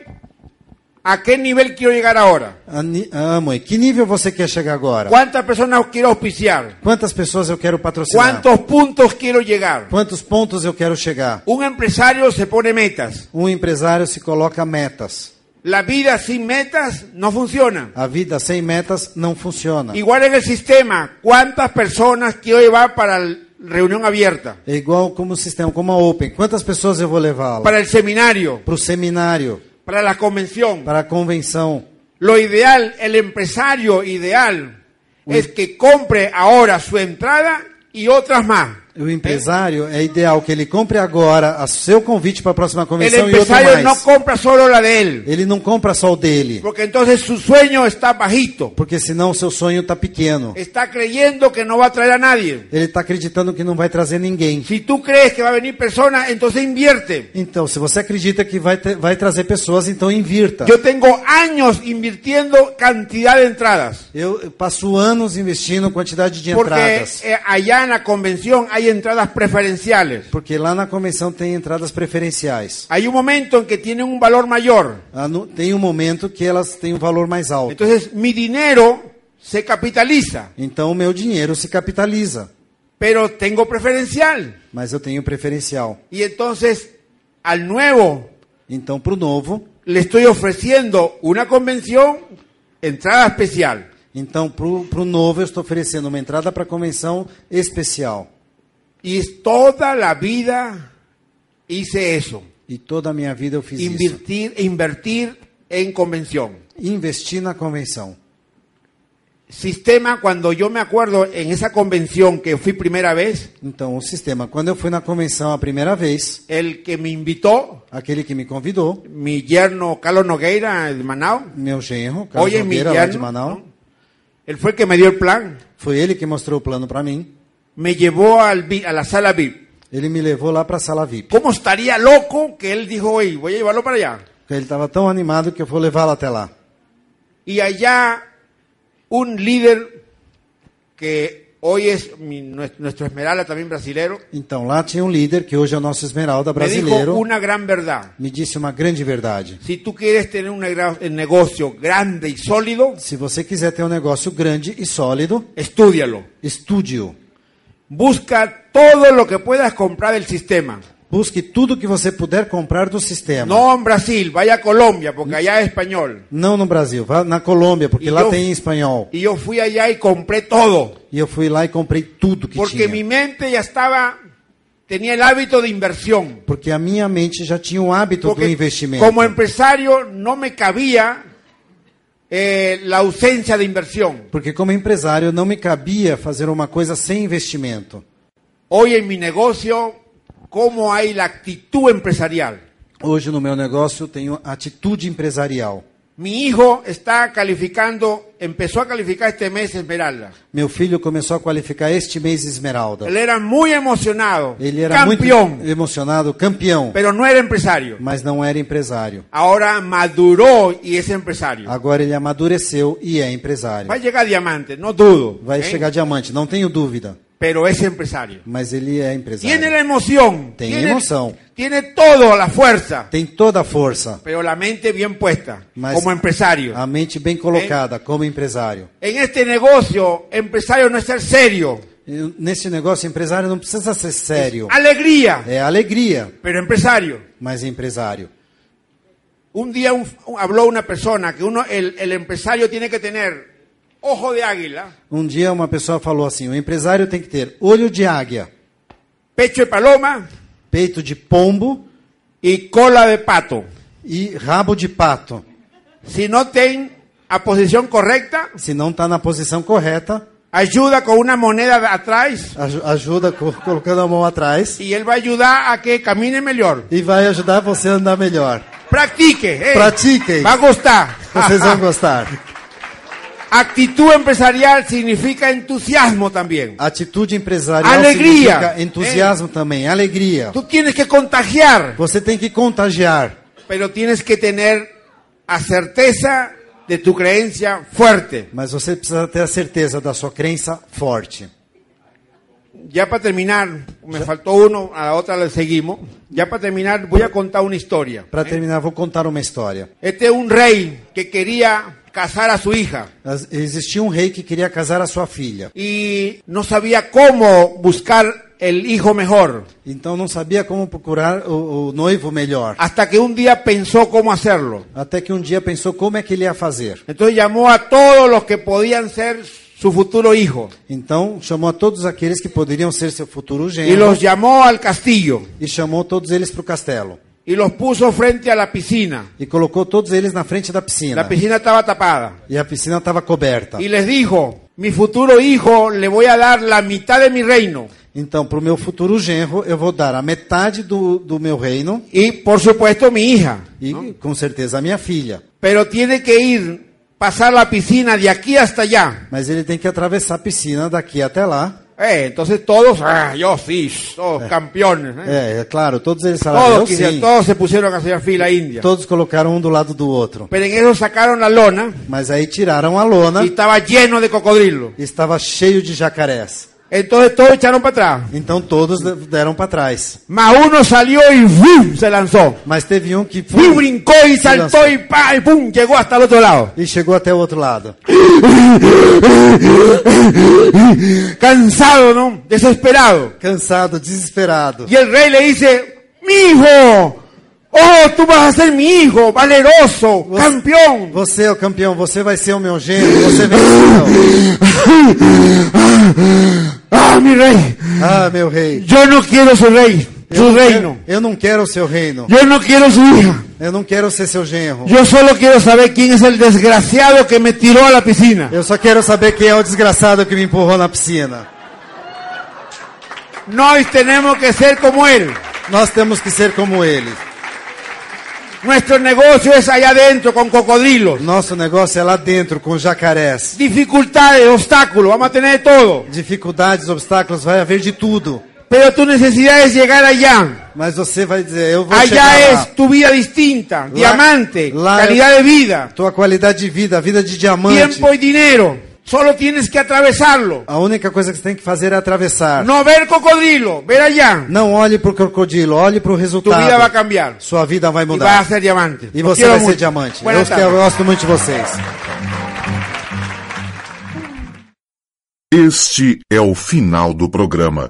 Speaker 3: ¿a qué nivel quiero llegar ahora?
Speaker 4: A ni- a Amway, que nível você quer chegar agora?
Speaker 3: ¿Cuántas personas quiero auspiciar?
Speaker 4: Quantas pessoas eu quero patrocinar?
Speaker 3: ¿Cuántos puntos quiero llegar?
Speaker 4: Quantos pontos eu quero chegar?
Speaker 3: Un empresario se pone metas.
Speaker 4: Um empresário se coloca metas.
Speaker 3: La vida sin metas no funciona.
Speaker 4: A vida sem metas não funciona.
Speaker 3: Igual en el sistema, ¿cuántas personas quiero llevar para el reunión abierta,
Speaker 4: É igual como o sistema, como a Open. Quantas pessoas eu vou levá-la?
Speaker 3: para el seminario,
Speaker 4: Para o seminário,
Speaker 3: para la convención.
Speaker 4: para a convenção.
Speaker 3: Lo ideal, el empresario ideal, es que compre ahora su entrada y otras más.
Speaker 4: O empresário é ideal que ele compre agora a seu convite para a próxima
Speaker 3: El
Speaker 4: convenção e outro
Speaker 3: empresario
Speaker 4: mais.
Speaker 3: no compra solo la de él,
Speaker 4: Ele não compra só o dele,
Speaker 3: porque entonces su sueño está bajito.
Speaker 4: porque senão o seu sonho está pequeno.
Speaker 3: Está creyendo que no va a traer a nadie.
Speaker 4: Ele está acreditando que não vai trazer ninguém.
Speaker 3: Si tú crees que va a venir personas, entonces invierte.
Speaker 4: Então, se você acredita que vai, ter- vai trazer pessoas, então invirta.
Speaker 3: Yo tengo años invirtiendo cantidad de entradas.
Speaker 4: Eu passo anos investindo quantidade de
Speaker 3: Porque
Speaker 4: entradas.
Speaker 3: eh, allá en la convención hay entradas preferenciales.
Speaker 4: Porque lá na convenção tem entradas preferenciais.
Speaker 3: Hay un momento en que tienen un valor mayor.
Speaker 4: Ah, no- Tem um momento que elas têm um valor mais alto.
Speaker 3: Entonces mi dinero se capitaliza,
Speaker 4: Então, o meu dinheiro se capitaliza,
Speaker 3: pero tengo preferencial.
Speaker 4: mas eu tenho preferencial.
Speaker 3: Y entonces al nuevo
Speaker 4: Então, para o novo,
Speaker 3: le estoy ofreciendo una convención, entrada especial.
Speaker 4: então para o novo eu estou oferecendo uma entrada para a convenção especial.
Speaker 3: Y toda la vida hice eso.
Speaker 4: E toda a minha vida eu fiz isso.
Speaker 3: Invertir, invertir en convención.
Speaker 4: Investi na convenção.
Speaker 3: Sistema, cuando yo me acuerdo en esa convención que fui primera vez,
Speaker 4: Então, o sistema. Quando eu fui na convenção a primeira vez,
Speaker 3: el que me invitó,
Speaker 4: aquele que me convidou,
Speaker 3: mi yerno Carlos Nogueira de Manao,
Speaker 4: meu genro, Carlos
Speaker 3: Oi,
Speaker 4: Nogueira, lá
Speaker 3: Emiliano.
Speaker 4: de Manaus,
Speaker 3: él fue el que me dio el plan,
Speaker 4: foi ele que mostrou o plano para mí.
Speaker 3: me llevó al, vi- a la sala VIP.
Speaker 4: Ele me levou lá para a sala VIP.
Speaker 3: ¿Cómo estaría loco que él dijo, hoy voy a llevarlo para allá?
Speaker 4: Porque Ele estava tão animado que eu vou levá-lo até lá.
Speaker 3: Y allá un líder que hoy es mi- nues- nuestro Esmeralda también brasilero,
Speaker 4: Então, lá tinha um líder, que hoje é o nosso Esmeralda
Speaker 3: me dijo
Speaker 4: brasileiro,
Speaker 3: una gran verdad.
Speaker 4: me disse uma grande verdade.
Speaker 3: Si tú quieres tener un negra- un negocio grande y sólido,
Speaker 4: Se você quiser ter um negócio grande e sólido,
Speaker 3: estúdialo.
Speaker 4: estude-o.
Speaker 3: Busca todo lo que puedas comprar del sistema.
Speaker 4: Busque tudo que você puder comprar do sistema.
Speaker 3: No en Brasil, vaya a Colombia, porque allá es español.
Speaker 4: Não no Brasil, vá na Colômbia, porque
Speaker 3: E
Speaker 4: lá
Speaker 3: eu-
Speaker 4: tem em espanhol.
Speaker 3: Y yo fui allá y compré todo.
Speaker 4: E eu fui lá e comprei tudo que
Speaker 3: Porque
Speaker 4: tinha.
Speaker 3: mi mente ya estaba, tenía el hábito de inversión.
Speaker 4: Porque a minha mente já tinha o hábito do
Speaker 3: Porque
Speaker 4: investimento.
Speaker 3: como empresario no me cabía eh, la ausencia de inversión.
Speaker 4: Porque como empresário não me cabia fazer uma coisa sem investimento.
Speaker 3: Hoy en mi negocio, ¿cómo hay la actitud empresarial?
Speaker 4: Hoje no meu negócio eu tenho atitude empresarial.
Speaker 3: Mi hijo está calificando, empezó a calificar este mes Esmeralda.
Speaker 4: Meu filho começou a qualificar este mês Esmeralda.
Speaker 3: Él era muy emocionado,
Speaker 4: Ele era eh,
Speaker 3: campeón,
Speaker 4: muito emocionado, campeão,
Speaker 3: pero no era empresario.
Speaker 4: mas não era empresário.
Speaker 3: Ahora maduró y es empresario.
Speaker 4: Agora ele amadureceu e é empresário.
Speaker 3: Va a llegar diamante, no dudo.
Speaker 4: Vai
Speaker 3: ¿eh?
Speaker 4: chegar diamante, não tenho dúvida,
Speaker 3: Pero es empresario.
Speaker 4: mas ele é
Speaker 3: Tiene
Speaker 4: empresário.
Speaker 3: la emoción.
Speaker 4: Tiene
Speaker 3: tiene,
Speaker 4: emoción.
Speaker 3: Tiene todo, la fuerza.
Speaker 4: Tem toda a força,
Speaker 3: Pero la mente bien puesta,
Speaker 4: mas
Speaker 3: como empresario.
Speaker 4: a mente bem colocada como empresário.
Speaker 3: En este negocio, empresario no es ser serio.
Speaker 4: Eu- Nesse negócio, empresário não precisa ser sério.
Speaker 3: Alegría,
Speaker 4: É alegria,
Speaker 3: pero empresario.
Speaker 4: mas é empresário.
Speaker 3: Un día un- un- habló una persona que uno, el, el empresario tiene que tener ojo de águila,
Speaker 4: Um dia uma pessoa falou assim: o empresário tem que ter olho de águia,
Speaker 3: pecho de paloma
Speaker 4: peito de pombo
Speaker 3: y cola de pato.
Speaker 4: e rabo de pato.
Speaker 3: Si no ten a posición correcta,
Speaker 4: Se não está na posição correta,
Speaker 3: ayuda con una moneda de atrás
Speaker 4: aj- ajuda co- colocando a mão atrás
Speaker 3: y él va a ayudar a que camine mejor.
Speaker 4: e vai ajudar você a andar melhor.
Speaker 3: Practique, eh.
Speaker 4: Practique.
Speaker 3: Va a gustar.
Speaker 4: Vocês vão gostar.
Speaker 3: <laughs> Actitud empresarial significa entusiasmo
Speaker 4: Ah.
Speaker 3: también.
Speaker 4: Atitude empresarial
Speaker 3: Alegria.
Speaker 4: significa entusiasmo também, alegria.
Speaker 3: Tú tienes que contagiar,
Speaker 4: Você tem que contagiar,
Speaker 3: pero tienes que tener a certeza de tu creencia fuerte.
Speaker 4: mas você precisa ter a certeza da sua crença forte.
Speaker 3: Ya para terminar, me faltó uno, a la otra le seguimos. Ya para terminar, voy a contar una historia.
Speaker 4: Para terminar, vou contar uma história.
Speaker 3: Este es un rey que quería casar a su hija
Speaker 4: As- Existia um rei que queria casar a sua filha,
Speaker 3: y no sabía cómo buscar el hijo mejor,
Speaker 4: então não sabia como procurar o, o noivo melhor.
Speaker 3: hasta que un día pensó cómo hacerlo.
Speaker 4: Até que um dia pensou como é que ele ia fazer.
Speaker 3: Entonces llamó a todos los que podían ser su futuro hijo.
Speaker 4: Então chamou a todos aqueles que poderiam ser seu futuro
Speaker 3: Y
Speaker 4: genro
Speaker 3: los llamó al castillo
Speaker 4: e chamou todos eles para o castelo.
Speaker 3: y los puso frente a la piscina.
Speaker 4: E colocou todos eles na frente da piscina.
Speaker 3: La piscina estaba tapada.
Speaker 4: E a piscina estava coberta.
Speaker 3: Y les dijo, mi futuro hijo le voy a dar la mitad de mi reino.
Speaker 4: Então, para o meu futuro genro, eu vou dar a metade do, do meu reino
Speaker 3: Y por supuesto mi hija.
Speaker 4: e, com certeza, a minha filha.
Speaker 3: Pero tiene que ir, pasar la piscina de aquí hasta allá.
Speaker 4: Mas ele tem que atravessar a piscina daqui até lá.
Speaker 3: Eh, entonces todos, ah, yo sí, todos campeones. eh.
Speaker 4: É, Oh, é claro, todos eles falaram, eu
Speaker 3: Todos, quisieron-
Speaker 4: sim.
Speaker 3: todos se pusieron a hacer fila india.
Speaker 4: Todos colocaram um do lado do outro.
Speaker 3: Pero en eso sacaron la lona
Speaker 4: Mas aí tiraram a lona
Speaker 3: y estaba lleno de cocodrilo.
Speaker 4: e estava cheio de jacarés.
Speaker 3: Entonces todos echaron para atrás.
Speaker 4: Então todos de- deram para trás.
Speaker 3: Más uno salió e ¡vum! se lanzó.
Speaker 4: Mas teve um que
Speaker 3: Y
Speaker 4: foi
Speaker 3: brincó y saltó y ¡pa! y ¡pum! llegó hasta el otro lado.
Speaker 4: e chegou até o outro lado.
Speaker 3: Cansado, ¿no? Desesperado.
Speaker 4: Cansado, desesperado.
Speaker 3: Y el rey le dice, ¡mi hijo! ¡Oh, tú vas a ser mi hijo! ¡Valeroso!
Speaker 4: Você-
Speaker 3: ¡Campeón!
Speaker 4: Você é o campeão, você vai ser o meu genro, você venceu.
Speaker 3: ¡Ah, mi rey!
Speaker 4: Ah, meu rei.
Speaker 3: Yo no quiero su rey,
Speaker 4: não
Speaker 3: su
Speaker 4: quero-
Speaker 3: reino.
Speaker 4: eu não quero o seu reino.
Speaker 3: Yo no quiero su hija.
Speaker 4: Eu não quero ser seu genro.
Speaker 3: Yo solo quiero saber quién es el desgraciado que me tiró a la piscina.
Speaker 4: Eu só quero saber quem é o desgraçado que me empurrou na piscina.
Speaker 3: Nos tenemos que ser como él.
Speaker 4: Nós temos que ser como ele.
Speaker 3: Nuestro negocio es allá adentro con cocodrilos.
Speaker 4: Nosso negócio é lá dentro, com jacarés.
Speaker 3: Dificultades, obstáculos, vamos a tener todo.
Speaker 4: Dificuldades, obstáculos, vai haver de tudo.
Speaker 3: Pero tu necesidad es llegar allá.
Speaker 4: Mas você vai dizer, eu vou chegar
Speaker 3: Allá
Speaker 4: lá.
Speaker 3: es tu vida distinta, diamante,
Speaker 4: la-
Speaker 3: calidad de vida,
Speaker 4: Tua qualidade de vida, a vida de diamante.
Speaker 3: tiempo y dinero. Solo tienes que atravesarlo.
Speaker 4: A única coisa que você tem que fazer é atravessar.
Speaker 3: No ver cocodrilo, ver allá.
Speaker 4: Não olhe pro crocodilo, olhe pro
Speaker 3: Tu
Speaker 4: resultado.
Speaker 3: vida va a cambiar
Speaker 4: Sua vida vai
Speaker 3: y vas a
Speaker 4: mudar.
Speaker 3: ser diamante.
Speaker 4: E
Speaker 3: Los
Speaker 4: você
Speaker 3: quiero
Speaker 4: vai ser
Speaker 3: mucho.
Speaker 4: diamante. Eu,
Speaker 3: Buenas
Speaker 4: que- eu
Speaker 3: tardes.
Speaker 4: gosto muito de vocês.
Speaker 1: Este é o final do programa.